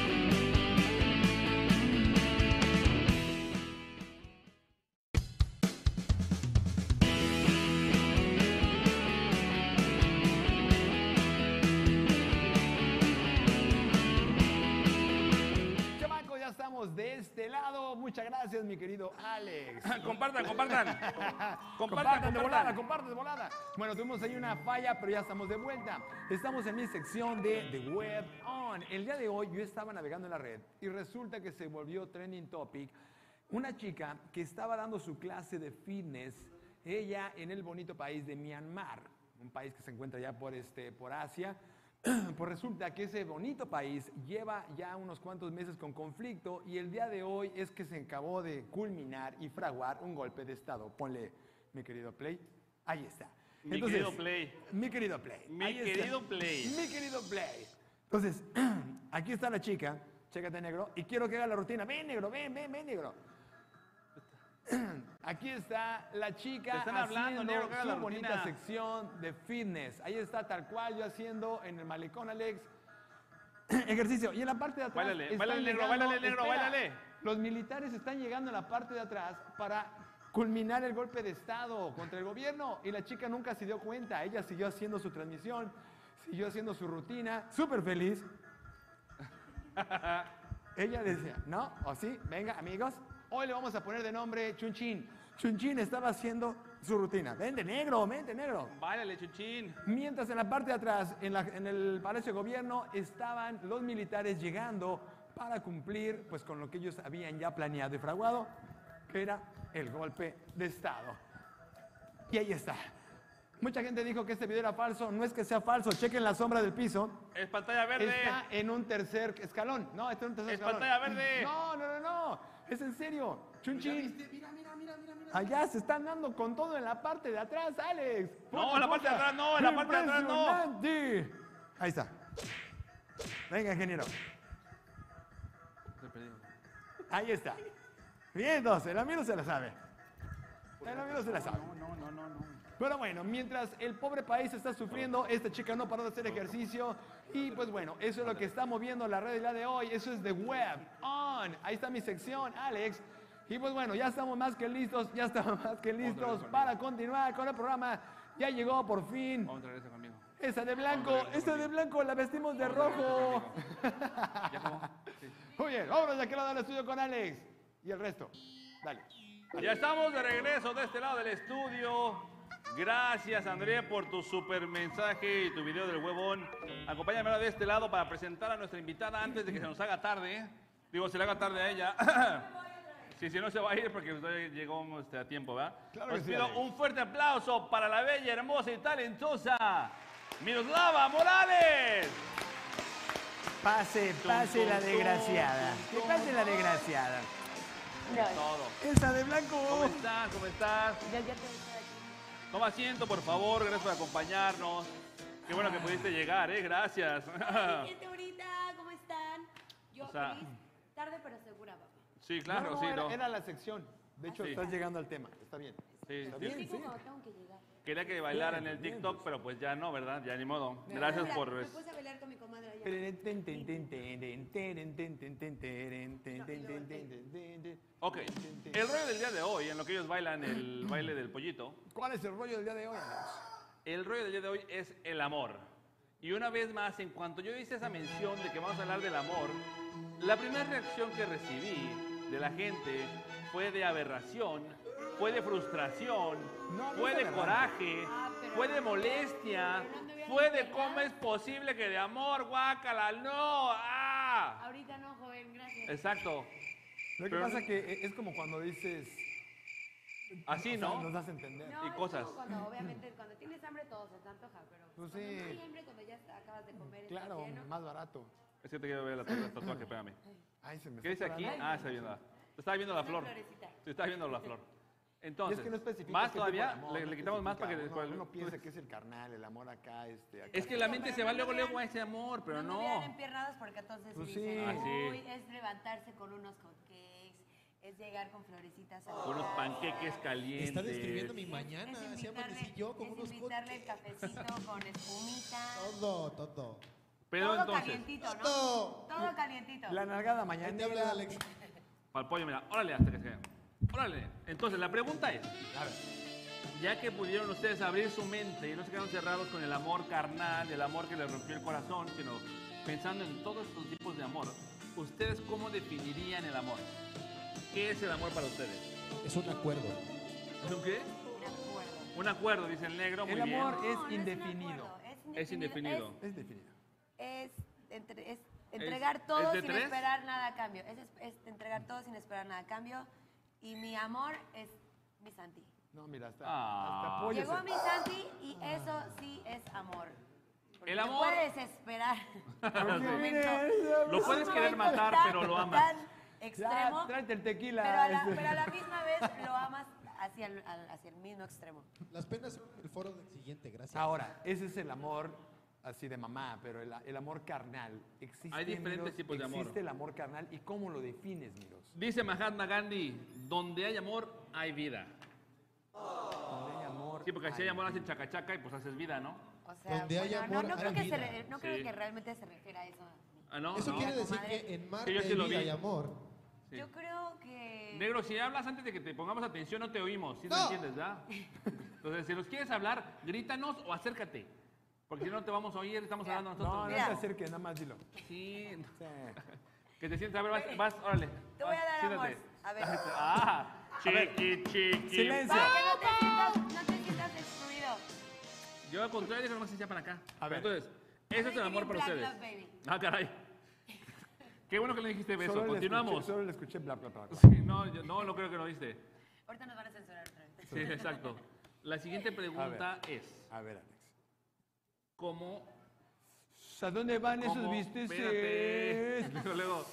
B: Chamaco, ya estamos de este lado. Muchas gracias, mi querido Alex.
A: compartan, compartan. *laughs* compartan,
B: Compartan de
A: compartan.
B: volada, compartan de volada. Bueno, tuvimos ahí una falla, pero ya estamos de vuelta. Estamos en mi sección de The Web On. El día de hoy yo estaba navegando en la red y resulta que se volvió trending topic una chica que estaba dando su clase de fitness, ella en el bonito país de Myanmar, un país que se encuentra ya por, este, por Asia. *clears throat* Pues resulta que ese bonito país lleva ya unos cuantos meses con conflicto y el día de hoy es que se acabó de culminar y fraguar un golpe de Estado. Ponle, mi querido Play, ahí está.
A: Mi querido Play.
B: Mi querido Play.
A: Mi
B: ahí está.
A: querido Play.
B: Mi querido Play. Entonces, *clears throat* aquí está la chica, chécate negro, y quiero que haga la rutina. Ven negro, ven, ven, ven negro. *clears throat* Aquí está la chica
A: Te están hablando,
B: haciendo
A: negro, que haga
B: su
A: la rutina.
B: bonita sección de fitness. Ahí está tal cual yo haciendo en el malecón, Alex. *clears throat* Ejercicio. Y en la parte de atrás.
A: Bailale,
B: están
A: bailale, negro,
B: llegando-
A: bailale, negro, bailale.
B: Los militares están llegando en la parte de atrás para culminar el golpe de Estado contra el gobierno. Y la chica nunca se dio cuenta. Ella siguió haciendo su transmisión, siguió haciendo su rutina,
A: *laughs*
B: súper feliz. Ella decía, no, o sí, venga amigos, hoy le vamos a poner de nombre Chunchín. Chunchín estaba haciendo su rutina. Vente negro, vente negro.
A: Báilale, chuchín.
B: Mientras en la parte de atrás, en, la- en el Palacio de Gobierno, estaban los militares llegando para cumplir pues, con lo que ellos habían ya planeado y fraguado, que era el golpe de Estado. Y ahí está. Mucha gente dijo que este video era falso. No es que sea falso. Chequen la sombra del piso.
A: Es pantalla verde.
B: Está en un tercer escalón. No, está en un tercer
A: Es
B: escalón.
A: pantalla verde.
B: No, no, no, no. Es en serio. Chunchi. Allá se están dando con todo en la parte de atrás, Alex.
A: No, en la parte de atrás no, en la parte de atrás no.
B: Impresionante. Ahí está. Venga, ingeniero. Ahí está. Bien, entonces, el amigo se la sabe. El amigo se la sabe. Pero bueno, mientras el pobre país está sufriendo, esta chica no paró de hacer ejercicio. Y pues bueno, eso es lo que está moviendo la red el día de hoy. Eso es The Web On. Ahí está mi sección, Alex. Y pues bueno, ya estamos más que listos, ya estamos *laughs* más que listos para continuar con el programa. Ya llegó por fin.
A: Vamos a traer eso conmigo.
B: Esa de blanco,
A: Vamos a ver,
B: esa de blanco, la vestimos de rojo.
A: ¿Ya acabó? Sí.
B: Muy bien, vámonos de aquel lado del estudio con Alex. Y el resto. Dale.
A: Ya estamos de regreso de este lado del estudio. Gracias, André, por tu super mensaje y tu video del huevón. Acompáñame ahora de este lado para presentar a nuestra invitada antes de que se nos haga tarde. ¿eh? Digo, se le haga tarde a ella. *coughs* Si si no se va a ir porque usted llegó este, a tiempo, ¿verdad?
B: Claro que
A: Os
B: sí,
A: pido
B: Alex.
A: un fuerte aplauso para la bella, hermosa y talentosa Miroslava Morales.
B: Pase, pase la
A: tum,
B: desgraciada. Que pase la desgraciada.
A: Todo.
B: Esa de blanco.
A: ¿Cómo estás? ¿Cómo estás?
E: Ya, ya te voy a aquí.
A: Toma asiento, por favor. Gracias por acompañarnos. Qué bueno que pudiste llegar, ¿eh? Gracias. *laughs*
E: Gente bonita, ¿cómo están? Yo
A: O sea-
E: feliz, tarde pero segura, papá.
A: Sí, claro,
B: No, no,
A: sí,
B: era,
A: no. Ah,
B: era la sección. De hecho,
A: Sí.
B: estás llegando al tema. Está bien.
A: Sí,
B: Está
A: sí.
B: bien,
E: Digo,
B: sí.
E: no, tengo que llegar.
A: Quería que bailaran el
B: Bien,
A: TikTok, pero pues ya no, ¿verdad? Ya ni modo.
E: Me
A: Gracias
E: puse a-
A: por...
E: Me puse a bailar con mi comadre allá.
A: Ok, el rollo del día de hoy, en lo que ellos bailan el baile del pollito,
B: ¿Cuál es el rollo del día de hoy? amigos?
A: el rollo del día de hoy es el amor. Y una vez más, en cuanto yo hice esa mención de que vamos a hablar del amor, la primera reacción que recibí de la gente fue de aberración, fue de frustración,
B: No, no
A: fue
B: es
A: de
B: aberrante.
A: coraje,
E: Ah, pero
A: fue de
E: no,
A: molestia,
E: pero no me hubieran
A: fue de
E: enterado.
A: cómo es posible que de amor, guácala, no, ah.
E: Ahorita no, joven, gracias.
A: Exacto,
B: Lo que
A: Pero
B: pasa
A: no-
B: que e, es como cuando dices.
A: así
B: o sea,
A: no.
B: Nos das a entender.
E: No,
A: y
E: es
A: cosas. *clears throat*
E: como cuando, obviamente, cuando tienes hambre todo se te antoja, pero
B: Pues
E: cuando no
B: sí.
E: hay hambre, cuando ya está- acabas de comer, estás
B: Claro,
E: lleno.
B: más barato.
A: Es que te quiero ver la tatu- el tatuaje, pégame.
B: Ay, se me
A: ¿Qué dice
B: está
A: aquí?
B: parando.
A: Ah, está viendo la, está viendo la
E: Una
A: flor.
E: florecita.
A: Sí, está viendo la
B: *laughs*
A: flor. Entonces,
B: Y es que no especifica
A: Ah, más
B: qué tipo de
A: todavía,
B: amor,
A: le,
B: no
A: le quitamos más para que
B: especifica.
A: después... pues,
B: Uno, uno piensa que es el carnal, el amor acá, este. acá.
A: Es que la mente se va luego, luego a ese amor, pero
E: me vean
A: no.
E: empierradas porque entonces
B: Pues
E: dicen,
B: sí. Ah,
A: sí.
E: "Uy, es levantarse con unos hotcakes, es llegar con florecitas a
A: Unos
E: casa,
A: panqueques calientes.
C: Está describiendo mi
E: es-
C: mañana.
E: es
C: Así
E: invitarle-
C: amanecí yo con
E: es
C: unos
E: invitarle el
C: hotcakes.
E: cafecito con espumita.
C: Todo, todo.
A: Pero
E: todo
A: entonces,
E: calientito, ¿no?
C: Todo.
E: Todo calientito.
B: La nalgada
C: Ahí
B: mañana.
C: te habla Alex.
A: para el pollo, mira, órale hasta que se Órale. Entonces, la pregunta es,
B: A ver.
A: ya que pudieron ustedes abrir su mente y no se quedaron cerrados con el amor carnal, el amor que les rompió el corazón, sino pensando en todos estos tipos de amor, ¿ustedes cómo definirían el amor? ¿Qué es el amor para ustedes?
C: Es un acuerdo.
A: ¿Es un qué?
E: Un acuerdo.
A: Un acuerdo, dice el negro, muy
B: El
A: bien.
B: amor es
E: No, no un
B: indefinido.
E: acuerdo,
A: Es indefinido.
B: Es definido.
E: Es, es entre- es entregar
A: ¿es
E: todo
A: de
E: sin
A: tres?
E: esperar nada a cambio. Es, es- es entregar todo sin esperar nada a cambio. Y mi amor es mi Santi.
B: No, mira, hasta,
A: Ah.
B: hasta pollo
E: Llegó
B: se- *laughs*
E: mi Santi y eso sí es amor. Porque
A: El
E: te
A: amor-
E: puedes esperar.
B: Porque mira,
A: Lo puedes
E: *laughs* Un
A: querer
E: momento
A: matar,
E: tan-
A: pero lo amas.
E: tan
B: Ya,
E: Extremo.
B: tráete el tequila.
E: Pero a, la,
B: este.
E: pero a la misma vez lo amas hacia el, al- hacia el mismo extremo.
C: Las penas son el foro del siguiente, gracias.
B: Ahora, ese es el amor así de mamá, pero el, el amor carnal. Existe,
A: Hay diferentes tipos de amor.
B: Existe el amor carnal y cómo lo defines, Miros.
A: Dice Mahatma Gandhi, donde hay amor, hay vida.
B: Donde hay amor.
A: Sí, porque si
B: hay-
A: hay amor, hacen chacachaca y pues haces vida, ¿no?
E: O sea,
C: Donde hay
E: bueno,
C: amor,
E: no, no creo,
C: hay
E: que, se
C: vida.
E: re- no creo
A: Sí.
E: que realmente se refiera a eso.
A: Ah, no,
C: Eso
A: no.
C: quiere decir
E: Comadre.
C: que en
A: Que
C: Marte
A: yo sí
C: hay
A: lo
C: vida
A: vi.
C: y amor.
A: Sí.
E: Yo creo que...
A: Negro, si hablas antes de que te pongamos atención, no te oímos. ¿Sí lo
C: No.
A: entiendes,
C: *laughs*
A: verdad? Entonces, si nos quieres hablar, grítanos o acércate. Porque si no, te vamos a oír, estamos
E: Mira,
A: hablando
B: No, no
A: nosotros.
E: Mira.
B: te acerques, nada más dilo.
A: Sí,
B: Sí.
A: que te sientas. A ver, vas, vas, órale.
E: Te voy a
A: Vas,
E: dar amor.
A: siéntate. *laughs*
E: A ver.
A: Ah, chiqui, chiqui.
B: Silencio.
E: Para que no te sientas, no te sientas excluido.
A: Yo al contrario, dije nomás que sea para acá.
B: A ver.
A: Entonces, eso es el amor para
E: Black
A: ustedes.
E: Love, baby.
A: Ah, caray. Qué bueno que le dijiste beso.
B: Solo le
A: Continuamos.
B: escuché- Solo le escuché bla, bla, bla. bla.
A: Sí, no, yo- no, no creo que lo viste.
E: Ahorita nos van a censurar otra vez.
A: Sí, exacto. La siguiente pregunta es,
B: A ver, Alex.
A: ¿cómo...
B: ¿A dónde van esos
A: cómo-
B: vistes?
A: Espérate. *laughs* Luego, luego,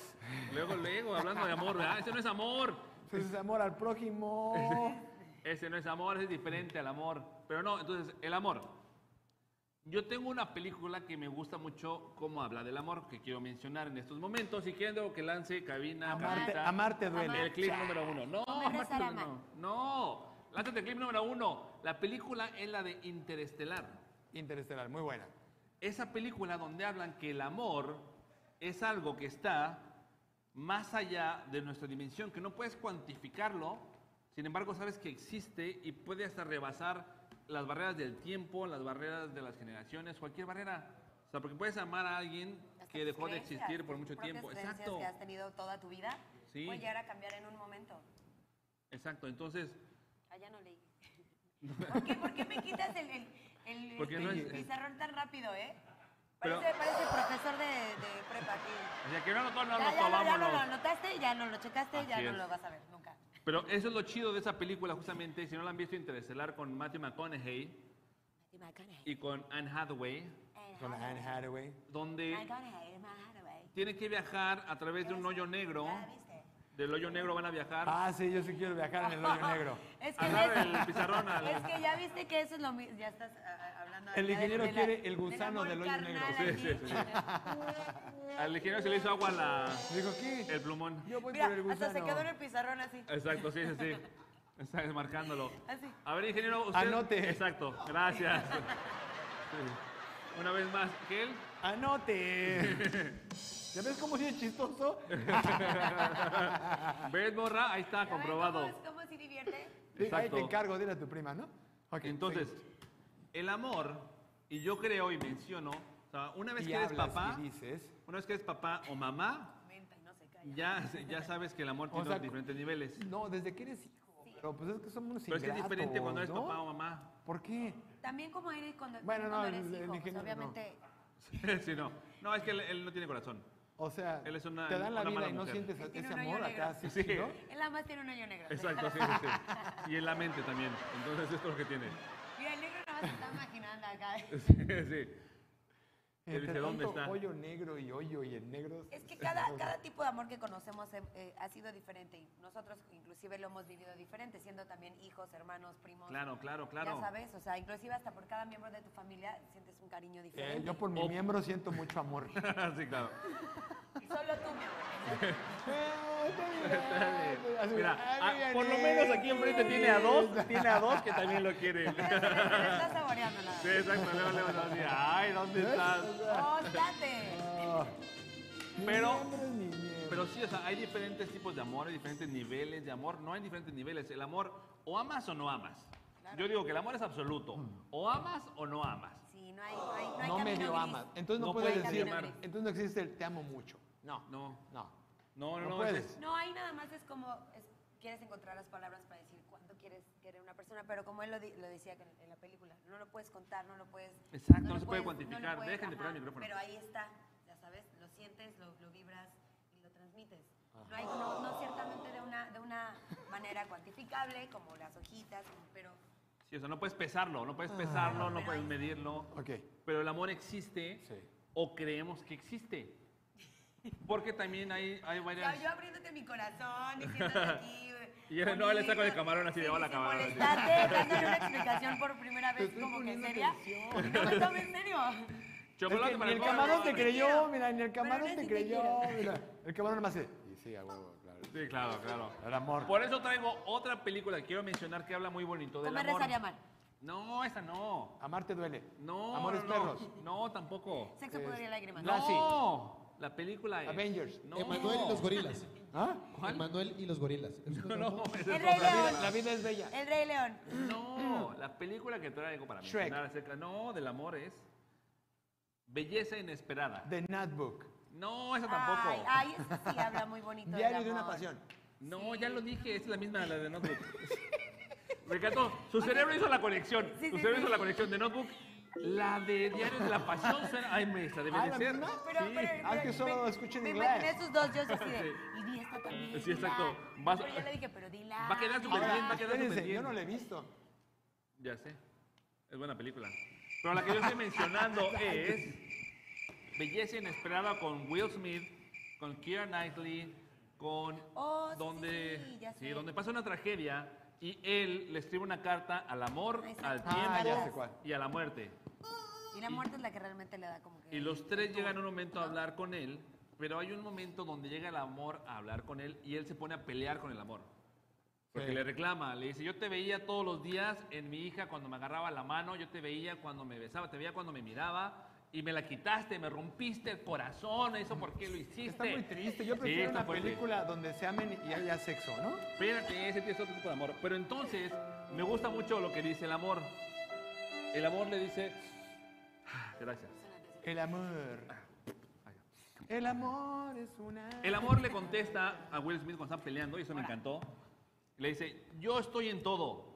A: luego, luego, hablando de amor, ¿verdad? Ese no es amor.
B: Pues es amor al *laughs* prójimo.
A: Ese no es amor, ese es diferente al amor. Pero no, entonces, el amor. Yo tengo una película que me gusta mucho cómo habla del amor, que quiero mencionar en estos momentos. Si quieren, luego que lance cabina,
B: Amarte,
A: Carlita.
B: amarte duele.
A: El clip número uno. No,
E: Hombre, no es
A: Marta,
E: Arama.
A: no. No, lánzate el clip número uno. La película es la de Interestelar.
B: Interestelar, muy buena.
A: Esa película donde hablan que el amor es algo que está más allá de nuestra dimensión, que no puedes cuantificarlo, sin embargo sabes que existe y puede hasta rebasar las barreras del tiempo, las barreras de las generaciones, cualquier barrera. O sea, porque puedes amar a alguien
E: Hasta
A: que
E: tus
A: dejó de
E: creencias,
A: existir por
E: tus
A: mucho
E: propias
A: tiempo.
E: creencias
A: Exacto.
E: que has tenido toda tu vida
A: Sí.
E: puede llegar a cambiar en un momento.
A: Exacto. Entonces,
E: Allá Ah, no leí. *laughs* ¿Por qué, por qué me quitas el, el, el
A: Porque no es-
E: pizarrón tan rápido, eh?
A: Pero-
E: Parece, parece profesor de, de prepa aquí.
A: o sea, que no anotó, no
E: ya,
A: anotó,
E: ya, ya no lo
A: vámonos.
E: anotaste, ya no lo checaste, ya
A: Así
E: no
A: es.
E: lo vas a ver nunca.
A: Pero eso es lo chido de esa película, justamente. Si no la han visto, Interestelar con Matthew McConaughey
E: Matthew McConaughey.
A: y con Anne Hathaway,
E: And
B: Con la Anne Hathaway.
A: donde
E: McConaughey, Emma Hathaway.
A: tienen que viajar a través de un hoyo negro.
E: ¿Ya la viste?
A: Del hoyo negro van a viajar.
B: Ah, sí, yo sí quiero
E: *laughs*
B: viajar en el hoyo negro.
E: Es que,
A: Agarra
E: ves-
A: el pizarrón. al-
E: es que ya viste que eso es lo mismo. Ya estás ah, ah, hablando no.
B: El
E: la
B: ingeniero
E: de- de la-
B: quiere el
E: del
B: gusano
E: amor
B: del hoyo negro.
E: carnal
A: Sí, sí,
E: aquí.
A: sí. Al ingeniero se le hizo agua la,
B: Dijo, aquí,
A: el plumón.
B: yo voy
E: Mira,
B: por el gusano.
E: hasta se quedó en el pizarrón así.
A: Exacto, sí, sí, sí. Está marcándolo.
E: Así.
A: A ver, ingeniero, usted...
B: Anote.
A: Exacto,
B: *laughs*
A: gracias. Sí. Una vez más, ¿qué él? *laughs*
B: ¡Anote! ¿Ya ves cómo sí es chistoso?
A: ¿Ves, morra? Ahí está,
E: ¿Ya ven
A: comprobado.
E: ¿Cómo, cómo se divierte?
B: Sí, Ahí
A: Exacto.
B: te encargo, dile a tu prima, ¿no? Ok,
A: Entonces,
B: sí.
A: el amor, y yo creo y menciono, o sea, una vez
B: Y
A: que eres
B: hablas
A: papá,
B: y dices,
A: una vez que eres papá o mamá,
E: Comenta y no se calla.
A: ya, *laughs* ya sabes que el amor tiene
B: sea,
A: diferentes niveles.
B: no, desde que eres hijo. Pero pues es que somos unos
A: Pero es que es
B: ingratos,
A: diferente cuando eres
B: ¿no?
A: papá o mamá. *laughs*
B: ¿Por qué?
E: También como eres cuando,
B: Bueno, no,
E: cuando eres
B: el- el
E: hijo, pues,
B: ingeniero no.
E: obviamente.
A: sí, no. No, es que él, él no tiene corazón.
B: O sea,
A: Él es una-
B: te dan la
A: una
B: vida
A: mala
B: y no
A: mujer.
B: sientes
E: Él tiene
B: ese
E: un hoyo
B: amor acá,
E: negro.
B: sí,
A: Sí.
B: sí, ¿no?
E: Él además tiene un hoyo negro. *laughs*
A: Exacto, sí, sí, sí. Y en la mente también. Entonces, esto es lo que tiene. *laughs*
E: Mira, el negro nada más se está imaginando acá.
A: Sí. Él
B: Entre
A: dice, ¿dónde
B: tanto
A: está?
B: hoyo negro y hoyo y el negro.
E: Es que cada,
B: *laughs*
E: cada tipo de amor que conocemos eh, eh, ha sido diferente y nosotros inclusive lo hemos vivido diferente, siendo también hijos, hermanos, primos.
A: Claro, claro, claro.
E: Ya sabes, o sea, inclusive hasta por cada miembro de tu familia sientes un cariño
B: Eh,
E: diferente.
B: yo por mi
A: O-
B: miembro siento
A: *laughs*
B: mucho amor. *laughs*
A: sí, claro.
E: Solo tú, mi amor.
A: Mira, ah, por lo menos aquí enfrente tiene a dos, tiene a dos que también lo quieren. *laughs*
E: Pero se le- se le está saboreando la
A: Sí, exacto, luego, luego, luego, así, ay, ¿dónde estás?
E: ¡Ostate!
B: Ah.
A: Pero-
B: mi miembro.
A: Pero sí, o sea, hay diferentes tipos de amor, hay diferentes niveles de amor, no hay diferentes niveles. El amor, o amas o no amas. Yo digo que el amor es absoluto,
B: Mm.
A: o amas o no amas.
E: Sí, no hay, no hay, no hay
B: no
E: camino
B: medio
E: gris.
B: amas. Entonces no,
A: No
B: puedes
A: puedes
B: decir,
A: amar.
B: entonces no existe el te amo mucho. No,
A: No,
B: no.
A: no, no,
B: No
A: no,
B: puedes.
A: es-
E: No, ahí nada más es como es- quieres encontrar las palabras para decir cuándo quieres querer a una persona, pero como él lo, di- lo decía en, en la película, no lo puedes contar, no lo puedes.
A: Exacto, no
E: lo
A: se puede
E: puedes- lo
A: cuantificar.
E: puedes,
A: Dejen de pegar el
E: ajá,
A: micrófono.
E: Pero ahí está, ya sabes, lo sientes, lo, lo vibras y lo transmites. No, hay, no, no ciertamente de una, de una manera cuantificable, como las hojitas, como- pero
A: sí, o sea, no puedes pesarlo, no
B: Ah.
A: puedes pesarlo, no
E: pero
A: puedes
E: ahí-
A: medirlo.
B: Ok.
A: Pero el amor existe
B: Sí.
A: o creemos que existe. Porque también hay, hay
E: Ya,
A: varias...
E: yo abriéndote mi corazón, diciéndote aquí.
A: Y él, no, él está con el
E: poniendo-
A: camarón así de,
E: sí,
A: "Hola,
E: sin
A: camarón", así.
E: molestarte, dándole una explicación por primera
B: Te
E: vez,
B: estoy
E: como que
B: poniendo
E: seria.
B: atención.
E: No me tomes en serio.
A: Chocolate
B: Es que
A: para el
B: ni el
A: pobre.
B: camarón te
E: Te
B: creyó,
E: quiero.
B: mira, ni el
E: Pero
B: camarón
E: no
B: te
E: es que te
B: creyó.
E: quiero.
B: Mira, el camarón nomás hace. Y sí, a huevo, claro.
A: Sí, claro, claro.
B: El amor.
A: Por eso traigo otra película que quiero mencionar que habla muy bonito del
E: Comer,
A: amor.
E: rezar y amar.
A: No, esa no.
B: Amarte duele.
A: No.
B: Amores
A: no, no.
B: perros.
A: No, tampoco.
E: Sexo, pudor y lágrimas.
B: No. Lassie.
A: No. La película es.
B: Avengers.
A: No.
C: Emanuel y los gorilas.
B: ¿Ah?
A: ¿Cuál?
C: Emanuel y los gorilas.
A: No, no, esa es
E: *laughs* El
A: otra.
E: Rey León.
B: La vida es bella.
E: El Rey León.
A: No, la película que traigo para
B: Shrek.
A: mencionar acerca no del amor es Belleza inesperada.
B: The Notebook.
A: No, esa tampoco.
E: Ay, ay, ese sí habla muy bonito. del
B: Diario de una
E: amor.
B: pasión.
A: No, ya lo dije, es la misma la de
E: *laughs*
A: Notebook. Me encantó. Su cerebro hizo la conexión.
E: Sí,
A: Su
E: sí,
A: cerebro
E: sí.
A: hizo la conexión de Notebook. La de Diarios de la Pasión. suena- Ay, me esa debe
B: Ah,
A: de
B: ¿la
A: ser.
B: misma?
E: Pero,
A: sí.
E: pero,
B: Ah, es que
E: me-
B: solo
E: me-
B: escuché en
E: me
B: inglés.
E: imaginé sus dos, yo así de,
A: Sí.
E: y di esta también.
A: Sí, exacto.
E: dila.
A: Vas-
E: Pero yo le dije, pero dila.
A: Va a quedar súper
E: dila.
A: bien, va a quedar súper
B: Espérense,
A: bien.
B: yo no la he visto.
A: Ya sé. Es buena película. Pero la que yo estoy
E: *laughs*
A: mencionando es Belleza Inesperada con Will Smith, con Keira Knightley, con
E: Oh, sí,
A: donde,
E: sí, sí, ya
A: sí,
E: sé.
A: donde pasa una tragedia y él le escribe una carta al amor,
E: Exacto.
A: al
B: Ah, ya sé
A: tiempo
B: cuál.
A: y a la muerte.
E: Y la muerte es la que realmente le da como que...
A: Y los tres llegan en un momento a hablar con él, pero hay un momento donde llega el amor a hablar con él y él se pone a pelear con el amor. Porque
B: Sí.
A: le reclama, le dice, yo te veía todos los días en mi hija cuando me agarraba la mano, yo te veía cuando me besaba, te veía cuando me miraba y me la quitaste, me rompiste el corazón, eso por qué lo hiciste.
B: Está muy triste. Yo
A: Sí,
B: prefiero
A: está
B: una
A: fuerte.
B: película donde se amen y haya sexo, ¿no?
A: Espérate, ese tío es otro tipo de amor. Pero entonces, me gusta mucho lo que dice el amor. El amor le dice, "Ah, gracias.
B: El amor. El amor es una.
A: El
B: *laughs*
A: amor le contesta a Will Smith cuando están peleando, y eso me encantó. Le dice, yo estoy en todo.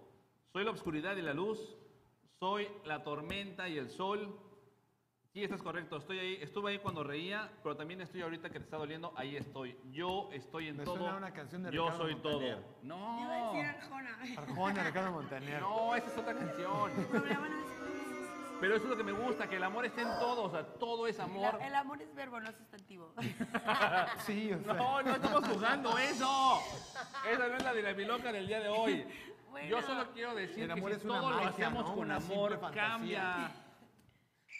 A: Soy la oscuridad y la luz. Soy la tormenta y el sol. Sí, estás correcto. Estoy ahí. Estuve ahí cuando reía, pero también estoy ahorita que te está doliendo. Ahí estoy. Yo estoy en
B: Me
A: todo.
B: suena una canción de
A: yo
B: Ricardo
A: soy
B: Montaner.
A: todo. No.
E: Yo iba a decir Arjona.
B: Arjona, Ricardo Montaner.
A: No, esa es otra canción.
E: problema no es-
A: Pero eso es lo que me gusta, que el amor esté en todo. O sea, todo es amor.
E: El, el amor es verbo, no sustantivo. *laughs*
B: Sí, o sea.
A: No, no estamos jugando eso. Esa no es la dinamiloca del día de hoy.
E: Bueno.
A: Yo solo quiero decir
B: El
A: que
B: amor
A: si
B: es una
A: todo lo
B: magia,
A: hacemos
B: ¿no?
A: con
B: Una simple
A: amor,
B: fantasía.
A: cambia.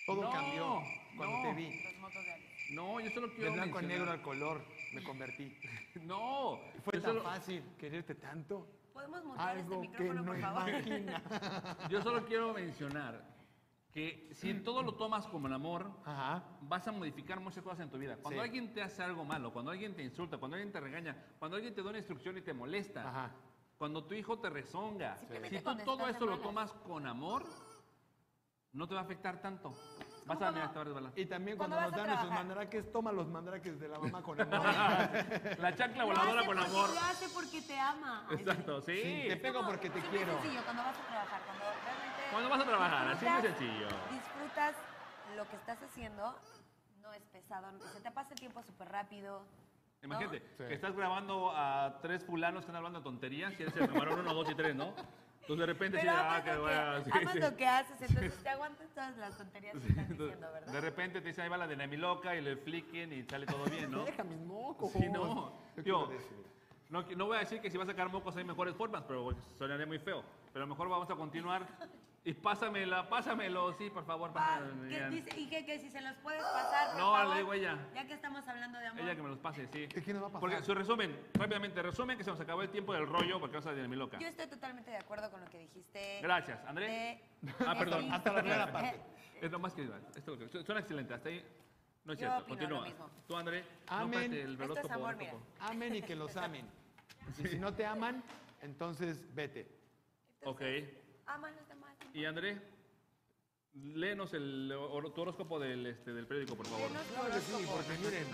B: Todo
A: No,
B: cambió cuando
A: no.
B: te vi.
E: Los motos de Alice.
A: No, yo solo
B: De
A: quiero
B: blanco a
A: mencionar-
B: negro al color me convertí.
A: No.
B: Fue
A: yo
B: tan
A: solo-
B: fácil quererte tanto.
E: ¿Podemos mutear este
B: Algo que
E: micrófono,
B: no
E: por favor?
B: imagina.
A: Yo solo quiero mencionar que si
B: Mm.
A: todo lo tomas como el amor,
B: Ajá.
A: vas a modificar muchas cosas en tu vida. Cuando
B: Sí.
A: alguien te hace algo malo, cuando alguien te insulta, cuando alguien te regaña, cuando alguien te da una instrucción y te molesta,
B: Ajá.
A: cuando tu hijo te rezonga,
E: Simplemente
A: si tú
E: cuando
A: todo
E: estás de
A: eso lo
E: malas.
A: tomas con amor, no te va a afectar tanto. Vas a
E: ¿Cómo,
A: mirar,
E: cómo?
A: te va a resbalar.
B: Y también
E: ¿Cuándo
B: cuando nos
E: vas a
B: dan nuestros
E: trabajar?
B: mandaraques, toma los mandaraques de la
A: *laughs*
B: mamá con amor.
A: La chancla
E: Lo
A: voladora
E: hace
A: con
E: porque-
A: amor.
E: Lo hace porque te ama.
A: Exacto, sí.
B: Sí, te pego
E: como-
B: porque te
E: sí, muy
B: quiero.
E: sencillo, cuando vas a trabajar, cuando realmente
A: Cuando vas a trabajar, así de
E: disfrutas-
A: sencillo.
E: Disfrutas lo que estás haciendo, no es pesado, no- se te pasa el tiempo súper rápido. ¿no?
A: Imagínate,
B: Sí.
A: que estás grabando a tres fulanos que están hablando de tonterías, y eres el número uno, dos y tres, ¿no? Entonces de repente
E: Pero
A: sí, ah,
E: amas,
A: qué
E: lo,
A: bueno, sí,
E: que, amas
A: sí.
E: lo que haces, entonces te aguantas todas las tonterías que están diciendo, ¿verdad?
A: De repente te dicen, ahí va la de loca y le fliquen y sale todo bien, ¿no?
B: Deja mis mocos.
A: Sí, no.
B: ¿Qué
A: Yo-
B: quiero decir?
A: No, qui- no voy a decir que si vas a sacar mocos hay mejores formas, pero sonaré muy feo. Pero mejor vamos a continuar. Y pásamela, pásamelo, sí, por favor,
E: Ah,
A: pásamelo.
E: ¿qué
A: Jan.
E: dice? y que, que si se los puedes pasar, por
A: No, le
E: favor,
A: digo a ella.
E: Ya que estamos hablando de amor.
A: Ella que me los pase, sí.
B: ¿Qué- qué nos va a pasar?
A: Porque su resumen, rápidamente, resumen que se nos acabó el tiempo del rollo porque vamos a de mi loca.
E: Yo Eh, estoy totalmente de acuerdo con lo que dijiste.
A: Gracias, Andrés.
E: de-
A: Ah,
E: de
A: perdón.
E: Feliz-
B: Hasta la primera
E: Eh, *laughs*
B: parte.
A: Es lo más que igual. Esto es lo que- Suena excelente. Hasta ahí. No es
E: Yo
A: cierto.
E: opino
A: Continúa.
E: lo mismo.
A: Tú, André.
B: Amén.
A: rompete el
E: Esto
A: reloj
E: es
A: topo,
E: amor,
A: no
E: mira.
A: topo.
B: Amen y que los amen. Y si no te aman, entonces vete.
A: Ok.
E: Ama a los demás.
A: Y André, léenos el, hor- tu horóscopo del, este, del periódico, por favor.
E: Denos tu
B: Claro que sí,
E: horóscopo.
B: porque miren,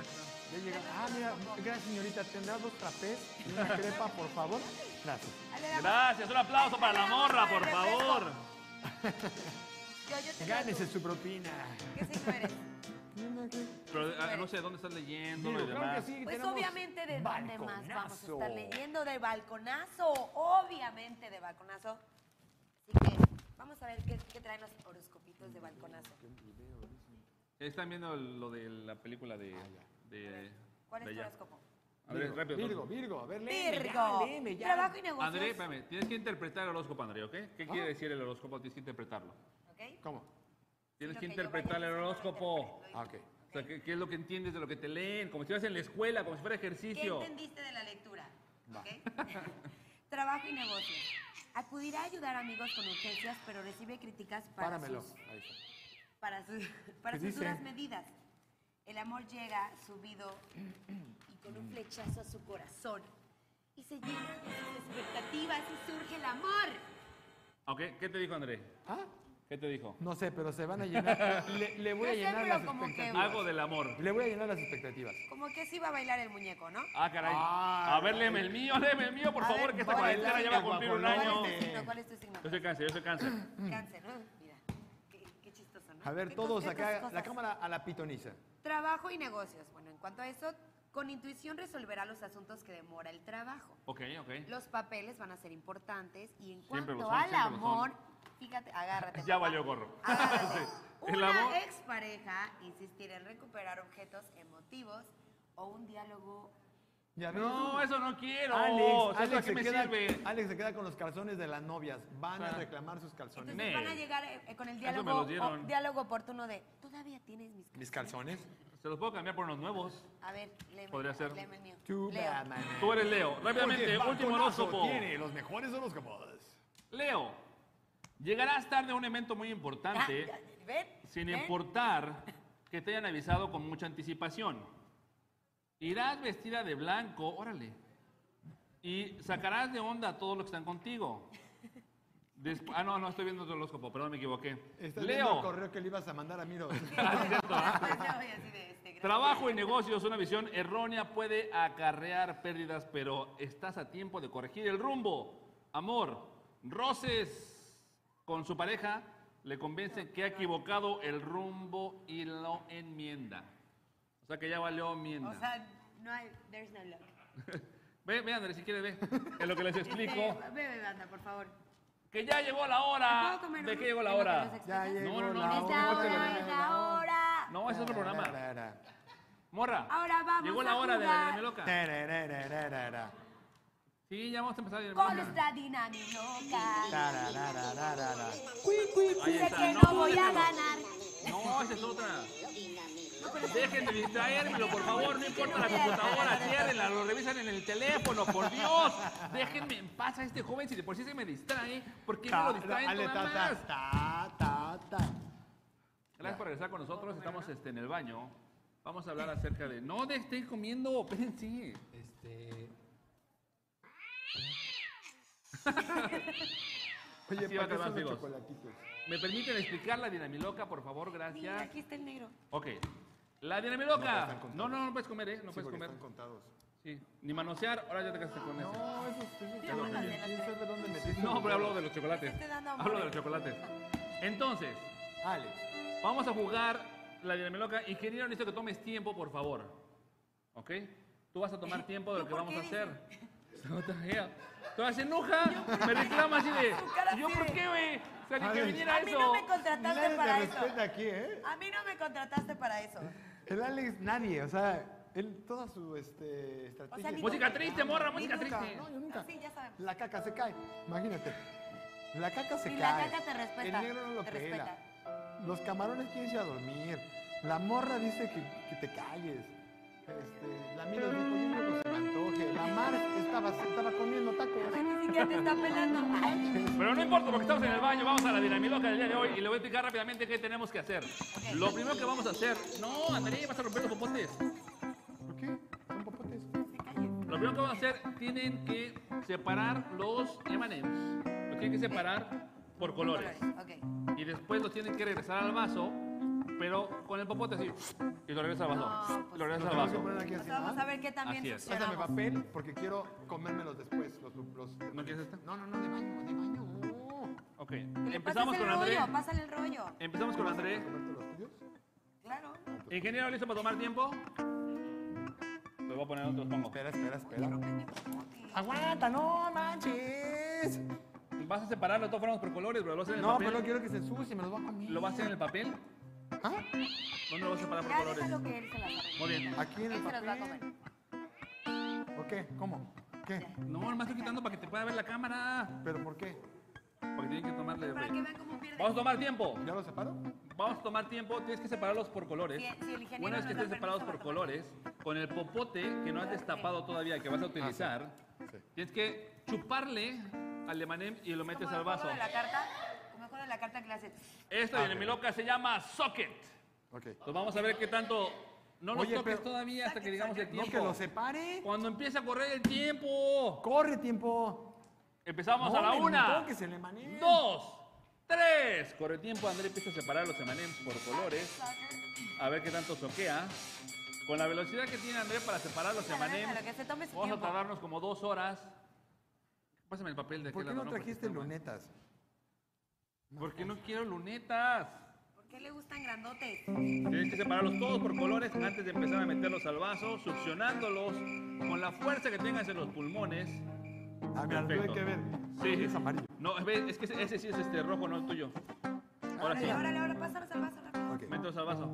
B: ya llega. Ah, mira, gracias señorita, ¿tendrás dos trapés y una crepa, por favor? Gracias.
E: Ale, damos-
A: Gracias. Un aplauso para la morra, por favor.
E: Yo, yo te leo
B: Gánese
E: tú.
B: su propina.
E: ¿Qué
B: *laughs*
E: signo eres?
A: Pero ah, no sé dónde estás leyendo lo
B: Digo,
A: demás.
B: sí,
E: Pues
B: tenemos
E: obviamente de dónde más vamos a
B: balconazo.
E: estar leyendo del balconazo, obviamente de balconazo. Así que vamos a ver qué, qué traen los horoscopitos de balconazo.
A: Están viendo el- lo de la película de... de
E: ¿Cuál
A: de
E: es tu
A: allá.
E: horóscopo?
A: André,
B: Virgo,
A: rápido.
B: Virgo,
A: todo.
B: Virgo, a ver, léeme,
E: Virgo.
B: ya, léeme, ya.
E: Trabajo y negocios.
A: André, espérame. Tienes que interpretar el horóscopo, André, ¿ok? ¿Qué
B: Ah.
A: quiere decir el horóscopo? Tienes que interpretarlo.
E: ¿ok?
B: ¿Cómo?
A: Tienes
E: Lo
A: que
E: que yo vaya
A: interpretar el
E: diciendo, lo
A: horóscopo.
E: interpreto.
B: Ah, ok.
A: O sea, ¿qué, qué es lo que entiendes de lo que te leen? Como si fueras en la escuela, como si fuera
E: ¿Qué
A: ejercicio.
E: entendiste de la lectura? ¿Ok? *laughs* Trabajo y negocios. Acudirá a ayudar a amigos con urgencias, pero recibe críticas para
B: Páramelo.
E: sus
B: Ahí está.
E: para sus, *laughs*
B: ¿Qué
E: para sus
B: dice?
E: duras medidas. El amor llega subido y con un flechazo a su corazón. Y se llena de sus expectativas y surge el amor.
A: Ok, ¿qué te dijo André?
B: ¿Ah?
A: ¿Qué te dijo?
B: No sé, pero se van a
E: *laughs*
B: llenar. Le, le voy a
E: No sé,
B: llenar
E: pero
B: las
E: como que-
B: expectativas.
A: Algo del amor.
B: Le voy a llenar las expectativas.
E: Como que sí va a bailar el muñeco, ¿no?
A: Ah, caray.
B: Ah,
A: a ver, léeme el mío, léeme el mío, por
E: A
A: favor,
E: ver,
A: que esta
E: ¿cuál es
A: cuarentena
E: tu
A: ya va a
E: signo?
A: cumplir un
E: ¿Cuál
A: año.
E: Es tu signo? ¿Cuál es tu signo?
A: Yo soy cáncer, yo soy cáncer.
E: Cáncer, ¿no? Mira, qué, qué chistoso, ¿no?
B: A ver,
E: Qué
B: todos
E: cos- qué cos-
B: acá, la
E: cosas.
B: cámara a la pitoniza.
E: Trabajo y negocios. Bueno, en cuanto a eso, con intuición resolverá los asuntos que demora el trabajo.
A: Ok, ok.
E: Los papeles van a ser importantes y en
A: Siempre lo
E: cuanto
A: son,
E: al
A: siempre lo son.
E: amor, fíjate, agárrate.
A: *laughs* Ya
E: papá.
A: valió gorro. *laughs*
E: Agárrate.
A: Sí. El
E: Una
A: amor-
E: expareja insistirá en recuperar objetos emotivos o un diálogo.
B: Ya ves.
A: No, eso no quiero. O
B: Alex,
A: sea, ¿Eso
B: Alex,
A: aquí
B: se
A: me
B: queda,
A: sirve?
B: Alex se queda con los calzones de las novias. Van a
A: Claro.
B: reclamar sus calzones.
E: Entonces
A: Nel.
E: van a llegar eh, con el
A: Eso me
E: diálogo,
A: los dieron.
E: o- diálogo oportuno de todavía tienes mis.
B: ¿Mis calzones?
A: Se los puedo cambiar por unos nuevos.
E: A ver, léeme,
A: Podría ser.
E: léeme el mío.
B: Too
E: Leo.
B: bad, man.
A: Tú eres Leo. Rápidamente,
B: Porque
A: último
B: Balconazo
A: horóscopo.
B: Tiene los mejores horóscopos.
A: Leo, llegarás tarde a un evento muy
E: Ah,
A: importante.
E: ya, ¿Ven?
A: sin
E: ¿Ven?
A: importar que te hayan avisado con mucha anticipación. Irás vestida de blanco, órale, y sacarás de onda a todos los que están contigo. Despu- ah, no, no, estoy viendo tu horóscopo, perdón, me equivoqué.
B: Está Leo. el
A: Leo,
B: correo que le ibas a mandar a Miro.
A: Ah, es *laughs* cierto, ¿ah?
E: Después ya voy así de este, gracias.
A: trabajo y negocios, una visión errónea puede acarrear pérdidas, pero estás a tiempo de corregir el rumbo. Amor, roces con su pareja le convence que ha equivocado el rumbo y lo enmienda. O sea que ya valió enmienda.
E: O sea, no hay. There's no luck.
A: Ve, ve, Andrés, si quieres, ve. En lo
E: *laughs*
A: que les explico.
E: Este, bebe, banda, por favor.
A: Que ya llegó la
E: ¿Me
A: hora.
E: puedo comer
A: Ah, ¿De
E: uno?
A: qué llegó la
E: ¿En lo que
A: hora?
E: nos explica?
B: Ya llegó
A: no, no,
B: la
A: no,
E: Es la
A: no,
B: hora.
E: hora, es la hora.
A: No, ese es otro programa.
B: Tararara.
A: Morra.
E: Ahora vamos
A: Llegó
E: a
A: la hora de la
E: jugar.
A: de loca.
B: Tararararara.
A: Sí, ya vamos a empezar.
E: Con
A: Meloca.
E: esta dinámica.
B: Tararararara.
E: Sé
A: está,
E: que
A: no,
E: no voy
A: no,
E: a
A: no.
E: ganar,
A: No, esa es otra. Dejen de distraérmelo, por favor. No importa la computadora, ciérrenla, lo revisan en el teléfono, por Dios. Déjenme en paz a este joven. Si de por sí se me distrae, ¿por qué me lo distraen
F: Dale,
A: todavía
F: ta,
A: más?
F: ta, ta, ta, ta.
A: Gracias por regresar con nosotros. Estamos este, en el baño. Vamos a hablar acerca de. No de estén comiendo, espérense.
C: Este.
B: Oye,
A: Así va
B: ¿para
A: a
B: qué
A: acabar,
B: son los
A: amigos.
B: chocolatitos?
A: ¿Me permiten explicar la dinamiloca, por favor?
E: Mira,
A: Gracias.
E: aquí está el negro.
A: Ok. La
B: pues,
A: dinamiloca. No, no, no puedes comer, ¿eh? No puedes comer.
B: contados.
A: Sí. Ni manosear. Ahora ya te casaste con eso.
B: No, esos, esos
E: Te amas de las
B: ¿Quién
E: tres.
B: sabe dónde metiste?
A: No,
B: los
A: pero hablo
B: dedos?
A: de los chocolates.
E: Te estoy dando amor.
A: Hablo de los chocolates. Entonces,
B: Alex.
A: vamos a jugar la dinamiloca. Ingeniero, necesito que tomes tiempo, por favor. ¿Ok? Tú vas a
E: *laughs*
A: tomar tiempo de lo
E: ¿Yo
A: que
E: por
A: vamos
E: qué
A: a hacer. *laughs* No te veas. Toda se enoja, me reclama así de.
E: Su cara
A: "¿Y ¿Yo
E: así
A: por
E: de-
A: qué, güey? O sea, ni
B: A
A: que
B: ver.
A: viniera
E: A mí no
A: eso.
E: me contrataste
B: Nadie
E: para
B: te
E: eso.
B: respeta aquí, ¿eh?
E: A mí no me contrataste para eso.
B: El Alex, nadie, o sea, él, toda su este,
E: O
B: estrategia.
E: sea, ni
A: Música
E: con-
A: triste, morra, música
E: nunca,
A: triste.
B: No, yo nunca.
E: Sí, ya sabemos.
B: La caca se cae, imagínate. La caca se
E: Ni la
B: cae.
E: caca te respeta,
B: El negro no lo
E: te
B: pela.
E: respeta.
B: Los camarones quieren irse a dormir. La morra dice que, que te calles. Este, la mira dijo, "Yo no se me antoje. La mar estaba, estaba comiendo
E: O sea,
B: tacos.
E: ni siquiera te está pelando.
A: *laughs*
E: Ay,
A: Pero no importa porque estamos en el baño, vamos a la dinamiloca del día de hoy y le voy a explicar rápidamente qué tenemos que hacer. Lo primero que vamos a hacer. No, Andrés, vas a romper los popotes.
B: ¿Por qué? Son popotes.
E: se calle.
A: Lo primero que van a hacer, tienen que separar los M&M's. Los tienen que separar por colores.
E: Colores, ok.
A: Y después los tienen que regresar al vaso, pero con el popote así. Y lo regresa al vaso.
E: No, pues
A: lo regresa al
B: Los tenemos que
A: vaso.
B: poner aquí
E: O
B: así,
E: sea, vamos
B: ¿no?
E: a ver qué también
A: Así es.
B: Pásame
E: succionamos.
B: papel porque quiero comérmelos después. Los, los-
A: ¿No quieres esta?
B: No, no, no, de baño, de baño. Uh, no.
A: Ok.
E: Le
A: Empezamos
E: pasas
A: con
E: el
A: André.
E: rollo, pásale el rollo.
A: Empezamos con André.
B: ¿Comerte los tuyos?
E: Claro.
A: Ingeniero, ¿listo para tomar tiempo? Te voy a poner otros pongo.
B: Espera, espera, espera.
E: Rompeme el popote.
A: Ah,
B: Aguanta, no manches.
A: Vas a separar los tonos por colores, bro. Lo vas a hacer en el
B: No,
A: papel.
B: pero no quiero que se ensucie, me los voy a comer.
A: ¿Lo vas a hacer en el papel?
B: ¿Ah?
A: ¿Dónde lo vas a separar por
E: Ya
A: colores?
E: déjalo que él se las arregle.
A: Muy bien.
B: Aquí en el
E: Él se los va a
B: papel.
E: comer.
B: ¿O qué? ¿Cómo? ¿Qué?
A: No, nomás estoy quitando para que te pueda ver la cámara.
B: ¿Pero por qué?
A: Porque tienen que tomarle.
E: Para que vean cómo pierde.
A: Vamos este a tomar tiempo.
B: ¿Ya lo separo?
A: Vamos a tomar tiempo, tienes que separarlos por colores.
E: Sí, sí, el ingeniero
A: Una vez
E: nos
A: que
E: da
A: estén separados por
E: permiso para tomar.
A: colores, con el popote que no has destapado todavía, que vas
B: Ah,
A: a utilizar, tienes que chuparle al emanem y lo metes
E: Como
A: al
E: el juego
A: vaso.
E: de la carta, como el juego de la carta que le haces.
B: Ah,
A: Esta de mi loca se llama socket.
B: Ok.
A: Entonces Pues vamos a ver qué tanto. No los
B: Oye,
A: toques
B: pero-
A: todavía hasta que digamos el
B: No,
A: tiempo.
B: que lo separe.
A: Cuando empiece a correr el tiempo.
B: Corre tiempo.
A: Empezamos a
B: No,
A: la
B: me
A: una.
B: gustó que se le maneje.
A: Dos. Tres. Corre el tiempo. André empieza a separar los emanems por colores. A ver qué tanto soquea. Con la velocidad que tiene André para separar los
E: Déjalo,
A: emanems.
E: déjalo, que se tome su
A: Vamos a
E: tiempo.
A: tardarnos como dos horas. Pásame el papel de
B: ¿Por
A: aquel
B: qué
A: lado,
B: no
A: Porque
B: trajiste
A: está mal.
B: lunetas?
A: Porque no quiero lunetas.
E: ¿Por qué le gustan grandotes?
A: Tienes que separarlos todos por colores antes de empezar a meterlos al vaso, succionándolos con la fuerza que tengas en los pulmones.
B: Ah, mira, lo tuve
A: Perfecto.
B: que ver.
A: Sí,
B: Es amarillo.
A: No, ve, es que ese, ese sí es este rojo, no el tuyo. Ahora sí.
E: Órale, órale, ahora pásanos al vaso rápido.
B: Ok.
A: Mételos al vaso.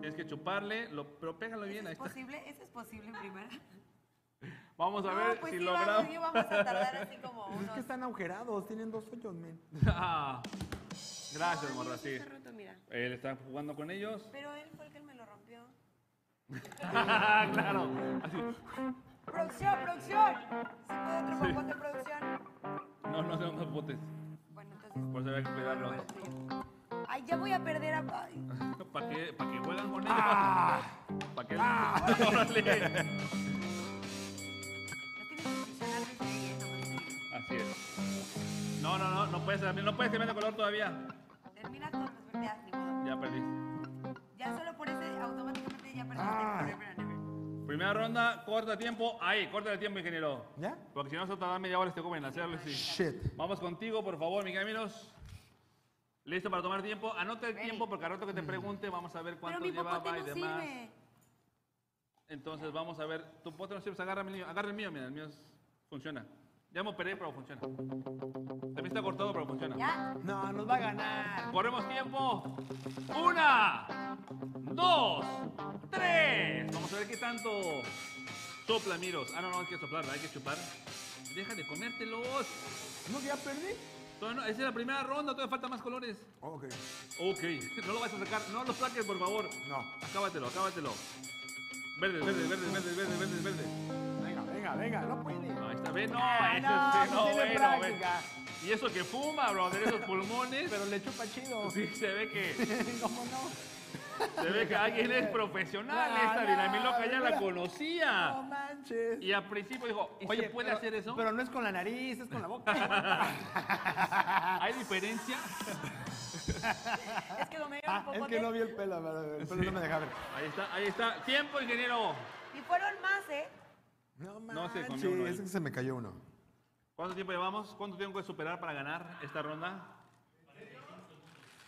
A: Tienes que chuparle, lo- pero pégalo bien.
E: ¿Eso
A: Ahí
E: es
A: está.
E: posible? ¿Eso es posible en
A: *laughs*
E: primera?
A: Vamos a
E: No,
A: ver
E: pues
A: si
E: sí,
A: logramos.
E: Vamos, sí, vamos a tardar así como
B: Pues es
E: unos...
B: que están agujerados, tienen dos hoyos, men.
A: *laughs* Ah, Gracias,
E: Ay,
A: morra,
E: sí
A: sí.
E: está roto, mira.
A: Él está jugando con ellos.
E: *laughs*
A: *laughs*
E: Pero él fue el que me lo rompió.
A: claro. Así.
E: ¡Producción, producción! ¿Se puede otro popote de producción?
A: No, no tenemos potes.
E: Bueno, entonces...
A: Por eso hay que cuidarlo.
E: Bueno, sí. Ay, ya voy a perder a... Ay.
A: ¿Para qué, pa que juegan con ellos? ¿Para qué? Órale.
E: No tienes que presionar desde ahí, eh, nomás
A: *laughs*
E: te digo.
A: Así es. No, no, no, no puedes, no puedes cambiar de color todavía.
E: Termina con los verdes, ni modo.
A: Ya perdiste.
E: Ya solo por ese automáticamente ya perdiste.
B: Ah.
E: Forever and ever.
A: Primera ronda, corta tiempo. Ahí, corta el tiempo, ingeniero.
B: ¿Ya?
A: Porque si no, se tarda media hora este joven en hacerlo. y sí.
B: Shit.
A: Vamos contigo, por favor, mis caminos. ¿Listo para tomar tiempo? Anota el
E: Ready.
A: tiempo porque al rato que te pregunte vamos a ver
E: Pero
A: cuánto
E: mi popote
A: llevaba
E: no
A: y demás.
E: sirve.
A: Entonces vamos a ver. Tu pote no sirve, pues agarra el mío. Agarra el mío, mira, el mío es- funciona. Ya me operé, pero funciona. También está cortado, pero funciona.
E: ¿Ya?
B: No, nos va a ganar.
A: Corremos tiempo. Una, dos, tres. Vamos a ver qué tanto sopla, miros. Ah, no, no hay que soplar, hay que chupar. Deja de comértelos.
B: ¿No que ya perdí?
A: Todavía no, esa es la primera ronda, todavía faltan más colores.
B: Ok.
A: Ok, no lo vas a sacar, no lo saques, por favor.
B: No.
A: Acábatelo, acábatelo. Verde, verde, verde, verde, verde, verde, verde.
B: Venga, venga, venga, no puede.
A: No, esta vez no,
B: Ah,
A: ese
B: no,
A: sí,
B: no tiene
A: bueno,
B: práctica.
A: bueno. Y eso que fuma, brother, esos pulmones.
B: Pero le chupa chido.
A: Sí, se ve que,
B: *laughs* ¿Cómo no?
A: se ve que alguien es profesional.
B: No,
A: esta
B: no,
A: dinamiloca ya la
B: mira.
A: conocía.
B: No manches.
A: Ah. Y al principio dijo, ¿y se puede
B: pero-
A: hacer eso?
B: Pero no es con la nariz, es con la boca.
A: ¿Hay diferencia?
E: Es que como me dieron
B: Ah,
E: un
B: *laughs*
E: poco
B: es que no vi el pelo, pero el pelo no me deja ver.
A: Ahí está, ahí está. Tiempo, ingeniero.
E: Y fueron más, ¿eh?
B: No
A: No se comió
B: manches,
A: uno ahí.
B: es que se me cayó uno.
A: ¿Cuánto tiempo llevamos? ¿Cuánto tengo que superar para ganar esta ronda?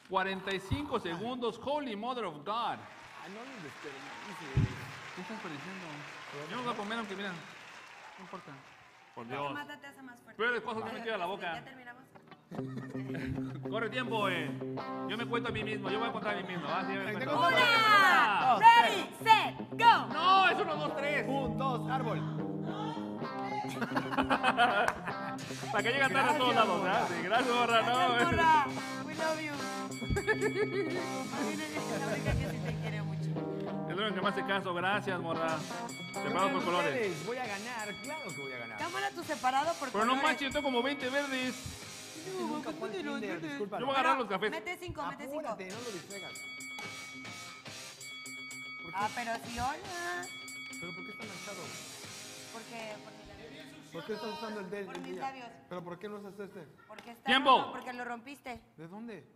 A: 45 segundos. Holy Mother of God.
B: Ah, no lo
A: ¿Qué estás pareciendo? Yo no voy a comer aunque mira. No importa. Por Dios.
E: Más te hace más fuerte.
A: Peores cosas que me metido a la boca.
E: Ya terminamos.
A: Corre tiempo, eh. Yo me cuento a mí mismo. Yo voy a contar a mí mismo. ¿va? Sí, me cuento.
B: contamos.
A: ¡Una!
B: Dos,
E: Ah, Ready, set, go.
A: No, es uno, dos, tres.
B: Un, dos, árbol.
A: *laughs* Para que lleguen tarde a todos lados, ¿verdad? Sí, gracias, borra. No,
E: Gracias,
A: eh.
E: Corra. We love you. Imagínate, la única que sí te quiere mucho.
A: Es lo que me hace caso, gracias, morra. Separado
B: Vean
A: por colores.
B: ustedes, Voy a ganar, claro que voy a ganar.
E: Cámara tu separado por
A: Pero no
E: colores.
A: manches, yo tengo como 20 verdes.
B: Nunca fue al Tinder, discúlpalo.
A: Yo voy a agarrar
E: Pero
A: los cafés.
E: Mete cinco, mete cinco.
B: Apúrate, no lo distraigas.
E: Ah, pero sí, hola.
B: ¿Pero por qué está manchado?
E: Porque, porque,
B: ¿Por qué estás usando el del?
E: Por
B: del
E: mis
B: día?
E: labios.
B: ¿Pero por qué no usas este?
E: porque está
A: Tiempo.
E: roto, porque lo rompiste.
B: ¿De dónde?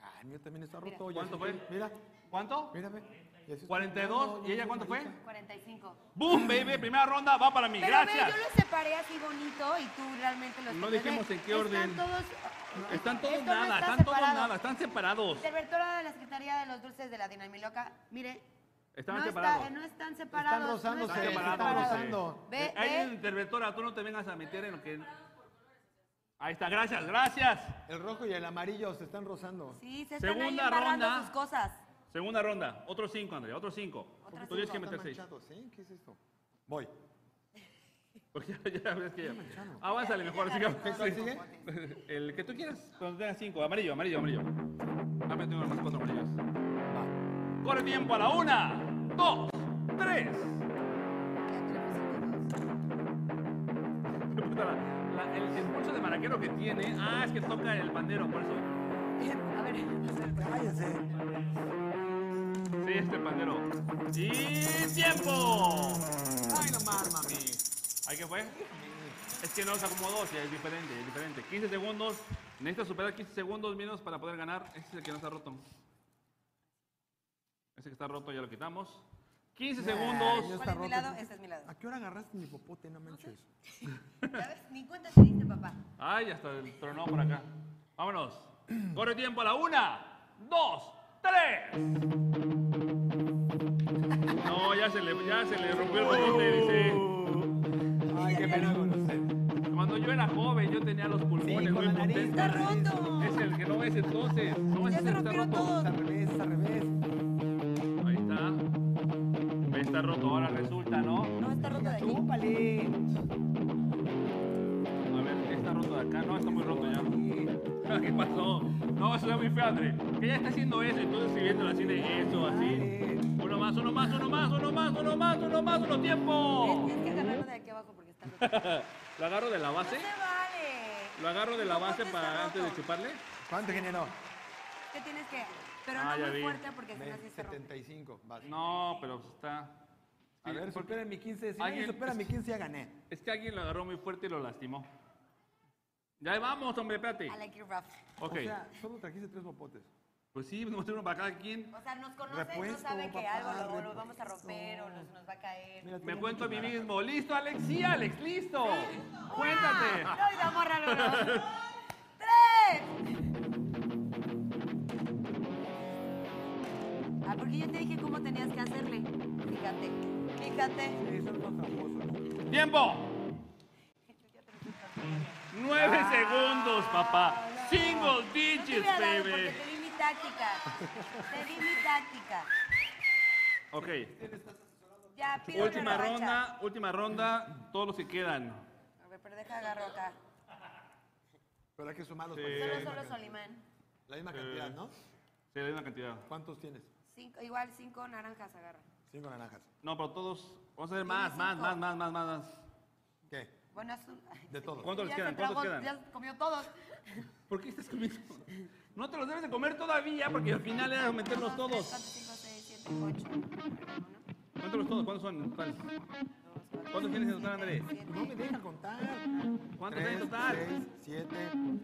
B: Ah, el mío también está roto. ya
A: ¿Cuánto
B: sé.
A: fue?
B: Mira,
A: ¿cuánto?
B: mírame. Ya se está
A: 42.
B: mirando,
A: ¿Y
B: ya
A: ella
B: se
A: cuánto fue?
B: marita.
E: 45.
A: ¡Boom, baby! Primera ronda va para mí.
E: Pero ve,
A: Gracias.
E: yo los separé así bonito y tú realmente los
A: No
E: separaste.
A: dijimos en qué orden.
E: Están todos...
A: Están todos
E: Esto no
A: nada,
E: está
A: están todos
E: separado.
A: nada, están separados.
E: Interventora de la Secretaría de los Dulces de la Dinamiloca, mire,
A: Están
E: no,
A: separados. Eh,
E: Está, no están separados. no
B: rozándose,
E: están
A: están
E: separados.
B: rozando.
E: Ve,
A: Hay una
E: ve,
A: interventora, tú no te vengas a meter en lo que. Ahí está, gracias, gracias.
B: El rojo y el amarillo se están rozando.
E: sí, se están ahí
A: Segunda
E: embarrando
A: ronda.
E: sus cosas.
A: Segunda ronda, otros cinco, Andrea, otros cinco.
E: Otras
A: Tú tienes
E: cinco,
A: que meter
B: Están
A: seis.
B: manchados, ¿eh? ¿Qué es esto? Voy.
A: Porque ya, ya ves que ya. Avánzale mejor, así
B: ¿Cuál sigue?
A: El que tú quieras, cuando tengas cinco. Amarillo, amarillo, amarillo. Ah, pero tengo más cuatro amarillos. Corre tiempo a la una, dos, tres. Qué puta la- la- el impulso de maraquero que tiene. Ah, es que toca el pandero, por eso.
E: A ver,
B: Cállense.
A: Sí, este pandero. Y tiempo.
B: Ay, no más, mami.
A: ¿Ahí qué fue? Es que no se acomodó, sí, es diferente, es diferente. 15 segundos, necesitas superar 15 segundos menos para poder ganar. Ese es el que no está roto. Ese que está roto ya lo quitamos. 15
B: ya
A: segundos.
E: ¿cuál
B: está
E: es mi
B: roto.
E: lado? Este es
B: *laughs*
E: mi lado.
B: ¿A qué hora agarraste mi popote? No manches.
E: ¿Ya ves? Ni cuenta te diste, papá.
A: Ay, hasta el tronó por acá. Vámonos. Corre tiempo a la una, dos, tres. No, ya se le, ya se le rompió el botote, dice.
B: Ay, qué pena con usted.
A: Cuando yo era joven, yo tenía los pulmones
B: Sí, con
A: muy
B: la nariz,
A: potentes.
E: Está roto.
A: Es el que no ves entonces. No,
E: Ya
A: ese es
E: se
A: el que está
E: rompieron
A: roto.
E: todos.
B: Es al revés, es al revés.
A: Ahí está. Ahí está roto, ahora resulta, ¿no?
E: No, está roto de aquí.
B: Chúpale.
A: A ver, está roto de acá, no, está muy roto ya. *laughs* ¿Qué pasó? No, eso es muy feo, André. Ella está haciendo eso, entonces siguiéndolo así de eso, así. Uno más, uno más, uno más, uno más, uno más, uno más, uno tiempo.
E: Tienes que agarrarlo de aquí abajo porque está roto.
A: Lo agarro de la
E: No se
A: base.
E: vale.
A: Lo agarro de la
E: No, no
A: base
E: te
A: para
E: está
A: antes de
E: roto.
A: chuparle.
B: ¿Cuánto generó?
E: ¿Qué tienes que? Pero
A: Ah,
E: no
A: ya
E: muy
A: vi.
E: fuerte porque si
B: Ve,
E: no sí se rompe.
B: 75. vas.
A: No, pero pues está.
B: A ver, supera mi 15. Si
A: Alguien-
B: alguien supera mi 15, ya gané.
A: Es que alguien lo agarró muy fuerte y lo lastimó. Ya ahí vamos, hombre, espérate.
E: I like it rough.
A: Ok.
B: O sea, solo trajiste tres popotes.
A: Pues sí, vamos a uno para cada quien.
E: O sea, nos conocen,
B: Repuesto,
E: no saben que
B: papá,
E: algo lo, o lo
B: repuesto.
E: vamos a romper o nos, nos va a caer.
B: Mira,
A: Me
B: tiene
A: cuento a mí
B: mucho barato.
A: mismo. ¿Listo, Alex? Sí, Alex, listo. Cuéntate.
E: ¡Ah! *laughs* ¡No, y la morra lo ¡Tres! Ah, porque yo te dije cómo tenías que hacerle. Fíjate, fíjate.
B: Sí, son los tramposos.
A: Tiempo. Nueve segundos, papá. Single
E: Ah. No te
A: digits,
E: hubiera dado porque
A: baby.
E: te di mi táctica. Te di mi táctica.
A: Ok.
E: Ya, pido una
A: Última
E: revancha.
A: ronda, última ronda. Todos los que quedan.
E: A ver, pero deja agarro acá.
B: Pero hay que sumar los
A: Sí.
B: países.
E: Solo, solo Solimán.
B: La misma
A: Sí.
B: cantidad, ¿no?
A: Sí, la misma cantidad.
B: ¿Cuántos tienes?
E: Cinco, igual cinco naranjas agarra.
B: Cinco naranjas.
A: No, pero todos. Vamos a hacer
E: Tiene
A: más, más,
E: cinco.
A: más, más, más, más, más.
B: ¿Qué?
E: Bueno, azul.
B: De todos.
A: ¿Cuántos les
E: Ya se
A: quedan? ¿Cuántos
E: tragó-
A: quedan?
E: Ya comió todos.
A: ¿Por qué estás comiendo? No te los debes de comer todavía, porque al final era meterlos
E: Uno,
A: todos.
E: dos, tres, cuatro, cinco, seis, siete, ocho. Uno,
A: Cuéntalos todos, ¿cuántos son en total?
E: dos, cuatro,
A: ¿Cuántos tienes en total, Andrés?
E: siete,
B: No me deja contar.
A: ¿Cuántos hay en total?
B: 6, 7,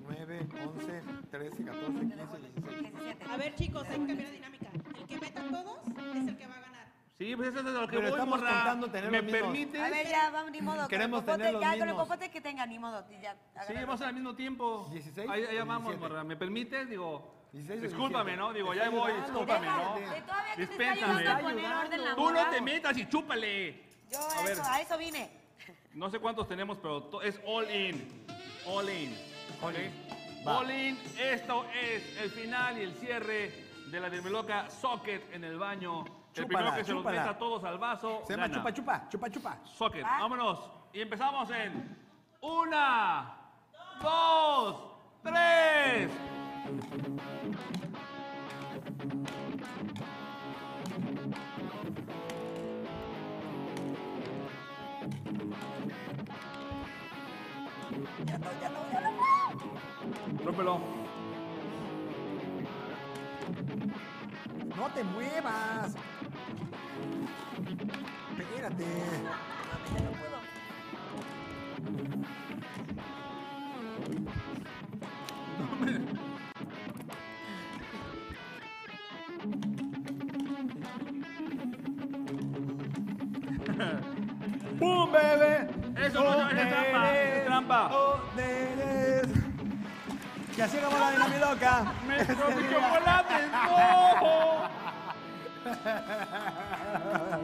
B: 9, 11, 13, 14, 15, 16.
E: diecisiete.
D: A ver, chicos, hay que cambiar la dinámica. El que meta todos es el que va a ganar.
A: Sí, pues eso es de lo que
B: Pero
A: voy,
B: estamos
A: morra.
B: contando tener
A: ¿Me
B: los mismos.
A: permites?
E: A ver, ya, vamos, ni modo.
B: Queremos
E: con el
B: tener
E: popote,
B: los
E: Ya, con el
B: mismos.
E: popote que tengan, ni modo. y Ya,
A: Sí,
E: agárralo.
A: vamos al mismo tiempo.
B: 16
A: Ahí, ahí
B: o
A: vamos,
B: 17.
A: morra. ¿Me permites? Digo.
B: 16 o
A: Discúlpame,
B: 17.
A: ¿no? Digo,
B: Te
A: ya
B: estoy
A: voy,
B: ayudando.
A: discúlpame,
E: Deja,
A: ¿no?
E: de- todavía te estoy
A: Dispénsame.
E: ayudando a
B: Está
E: poner
B: ayudando.
E: orden la
A: Tú no
E: moral.
A: te metas y chúpale.
E: Yo
A: A
E: a
A: ver.
E: eso, a eso vine.
A: No sé cuántos tenemos, pero to- es all in. All in.
B: All in.
A: ¿ok?
B: Va.
A: All in. Esto es el final y el cierre de la Dirmeloca Socket en el baño. el
B: Chúpala,
A: primero que se los
B: chúpala.
A: meta a todos al vaso.
B: Se llama
A: gana.
B: chupa chupa, chupa chupa. Ah.
A: Socket.
E: ¿Va?
A: Vámonos. Y empezamos en. Una, dos, tres.
E: Ya no, ya no, ya no.
A: Rómpelo.
B: No te muevas. Espérate.
E: Mami, ya no puedo.
B: ¡Pum, bebé!
A: Eso, coño, esa es trampa, esa es trampa.
B: Que así acabó la dinamiloca.
A: ¡Me comí chocolates!
B: *laughs*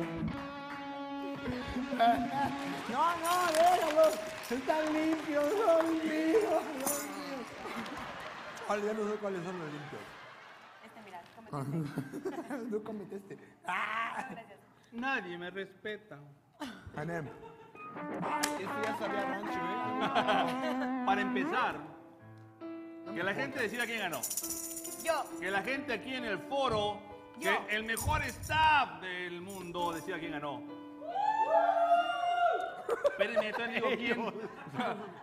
A: ¡No!
B: No, no, déjalo. Están limpios, son míos, son míos. Ahora ya no sé cuáles son los *laughs* limpios.
E: Este, mira, cómete.
A: *laughs*
B: no cometiste.
E: Gracias.
A: Nadie me respeta.
B: Anem. Este ya sabía rancho, ¿eh?
A: Para empezar, que la gente decida quién ganó.
E: Yo.
A: Que la gente aquí en el foro, que
E: Yo.
A: el mejor staff del mundo decida quién ganó. Espérenme, estoy digo quién.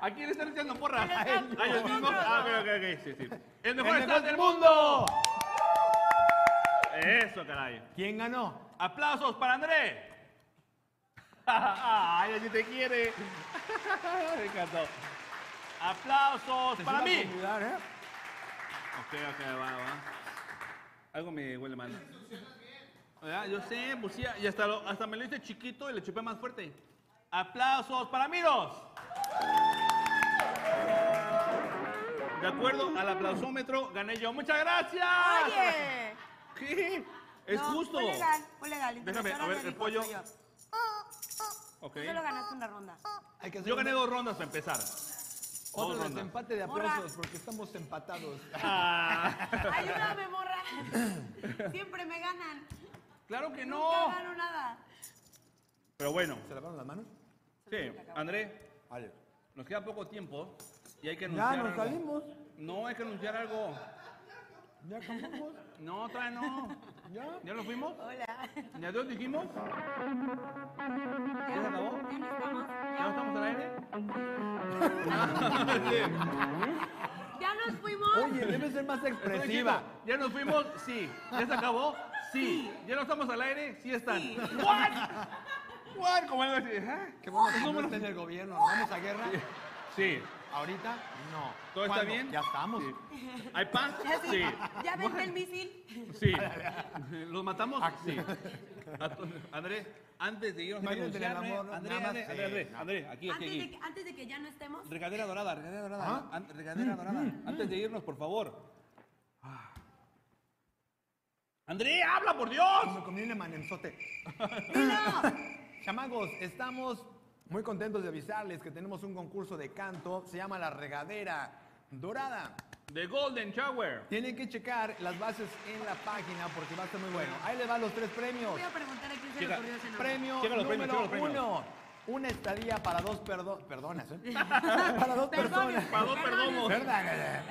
A: ¿A quién le están echando porra?
E: A los mismos.
A: ¿A ellos mismos? Ah, ok, ok, ok, sí, sí. ¡El mejor
B: ¡El
A: staff
B: mejor
A: del
B: del
A: mundo! Eso, caray.
B: ¿Quién ganó?
A: ¡Aplausos para André! *laughs* ¡Ay, así te quiere! *laughs* Me encantó. ¡Aplausos para mí!
B: Te iba a convidar, ¿eh?
A: Ok, ok, va, va. Algo me huele mal. ¿Verdad? Yo sé, pues sí, y hasta, lo- hasta me lo hice chiquito y le chupé más fuerte. ¡Aplausos para Miros! De acuerdo al aplausómetro, gané yo. ¡Muchas gracias!
E: Oye.
A: ¿Qué? *laughs* Es
E: No,
A: justo.
E: Fue legal, fue legal.
A: Déjame, a ver, el pollo. Ok.
E: Tú solo ganaste una
A: *laughs*
E: ronda.
B: Hay que hacer
A: Yo gané
B: un-
A: dos rondas para empezar.
B: otro
A: dos rondas.
B: desempate de
E: Morra.
B: aplausos porque estamos empatados.
A: Ah,
E: Ayúdame,
A: *laughs*
E: morra. Siempre me ganan.
A: claro que
E: Nunca
A: no.
E: gano nada.
A: Pero bueno,
B: ¿Se lavaron las manos?
A: sí, André,
B: Vale.
A: nos queda poco tiempo y hay que
B: Ya
A: anunciar
B: nos
A: algo.
B: salimos.
A: No, hay que anunciar algo.
B: Ya acabamos.
A: No, trae no.
B: *laughs* Ya.
A: ¿Ya nos fuimos?
E: Hola.
A: ¿Ya Dios dijimos?
E: ¿Ya
A: se acabó?
E: ¿Ya no estamos?
A: ¿Ya no estamos al aire?
E: ¿Ya nos fuimos?
B: Oye, debe ser más expresiva.
A: ¿Ya nos fuimos? Sí. ¿Ya se acabó? Sí. ¿Ya no estamos al aire? Sí están. ¿What? *laughs* ¿What? Como algo así. ¿eh?
B: Qué bueno que no está en el gobierno. ¿Nos vamos a guerra?
A: Sí.
B: Ahorita, no.
A: ¿Todo está
B: ¿Cuándo?
A: bien?
B: Ya estamos.
A: Sí. ¿Hay pan?
E: ¿Ya, sí?
A: Sí.
E: ¿Ya vente el misil?
B: *laughs*
A: Sí. ¿Los matamos?
B: Ah,
A: Sí. A- André, antes de irnos a
B: Imagínate el
A: anunciar,
B: amor, ¿no?
A: André,
B: Nada más,
A: André, André,
B: eh,
A: André,
B: no.
A: André, aquí, aquí,
E: Antes de,
A: aquí.
E: que- antes de que ya no estemos.
A: Regadera dorada, regadera dorada,
B: ¿Ah? mm,
A: an- regadera dorada. Antes de irnos, por favor. Ah. André, habla, por Dios.
B: Me comí un emanenzote. *laughs*
E: ¡Dilo!
B: Chamagos, estamos muy contentos de avisarles que tenemos un concurso de canto. Se llama La Regadera Dorada.
A: The Golden Shower.
B: Tienen que checar las bases en la página porque va a estar muy bueno. Ahí les van los tres premios.
E: Voy a preguntar a quién se
A: Chica,
E: le ocurrió ese nombre.
B: Premio
A: Checa los premios, checa
B: número
A: los premios.
B: uno. una estadía para dos perdo- perdonas, *laughs* ¿eh? para dos personas.
A: Para dos perdomos.
B: Perdón.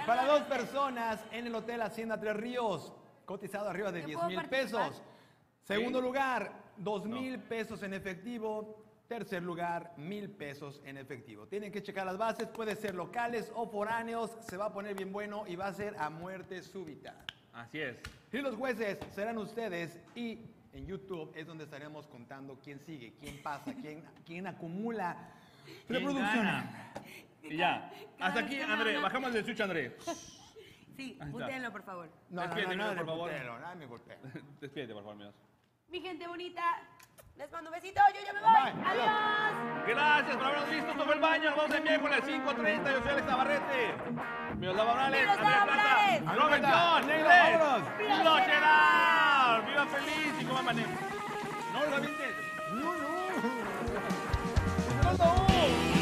B: Para dos personas en el Hotel Hacienda Tres Ríos, cotizado arriba de
E: ¿Yo
B: 10
E: puedo
B: mil
E: participar?
B: pesos. Segundo lugar, 2 mil pesos en efectivo. Tercer lugar, mil pesos en efectivo. Tienen que checar las bases, puede ser locales o foráneos, se va a poner bien bueno y va a ser a muerte súbita.
A: Así es.
B: Y los jueces serán ustedes y en YouTube es donde estaremos contando quién sigue, quién pasa, quién, quién acumula
A: ¿Quién
B: reproducciones.
A: gana? Y ya.
E: Cada
A: Hasta
E: vez
A: aquí,
E: que me
A: André.
E: hablan-
A: Bajamos el switch, André.
E: Sí,
A: Ahí está.
E: putéenlo, por favor.
B: No, no, no,
A: Despídete,
B: no,
A: por
B: por
A: favor.
B: favor. no me golpeen.
A: Despídete, por favor, amigos.
E: Mi gente bonita, les mando un besito, yo ya me voy.
B: Bye.
E: Adiós.
A: Gracias por habernos visto. Esto fue el baño. Nos vemos el miércoles 5.30. Yo soy Alex Navarrete. Miroslava Morales.
E: Miroslava
A: Andrés Plata.
E: Morales.
A: Robert
B: Plata.
A: John.
B: Negro,
A: Inglés.
B: vámonos.
A: Viva Gerard. Viva feliz. Y coma manejo. No lo viste.
B: No, no.
A: No, no.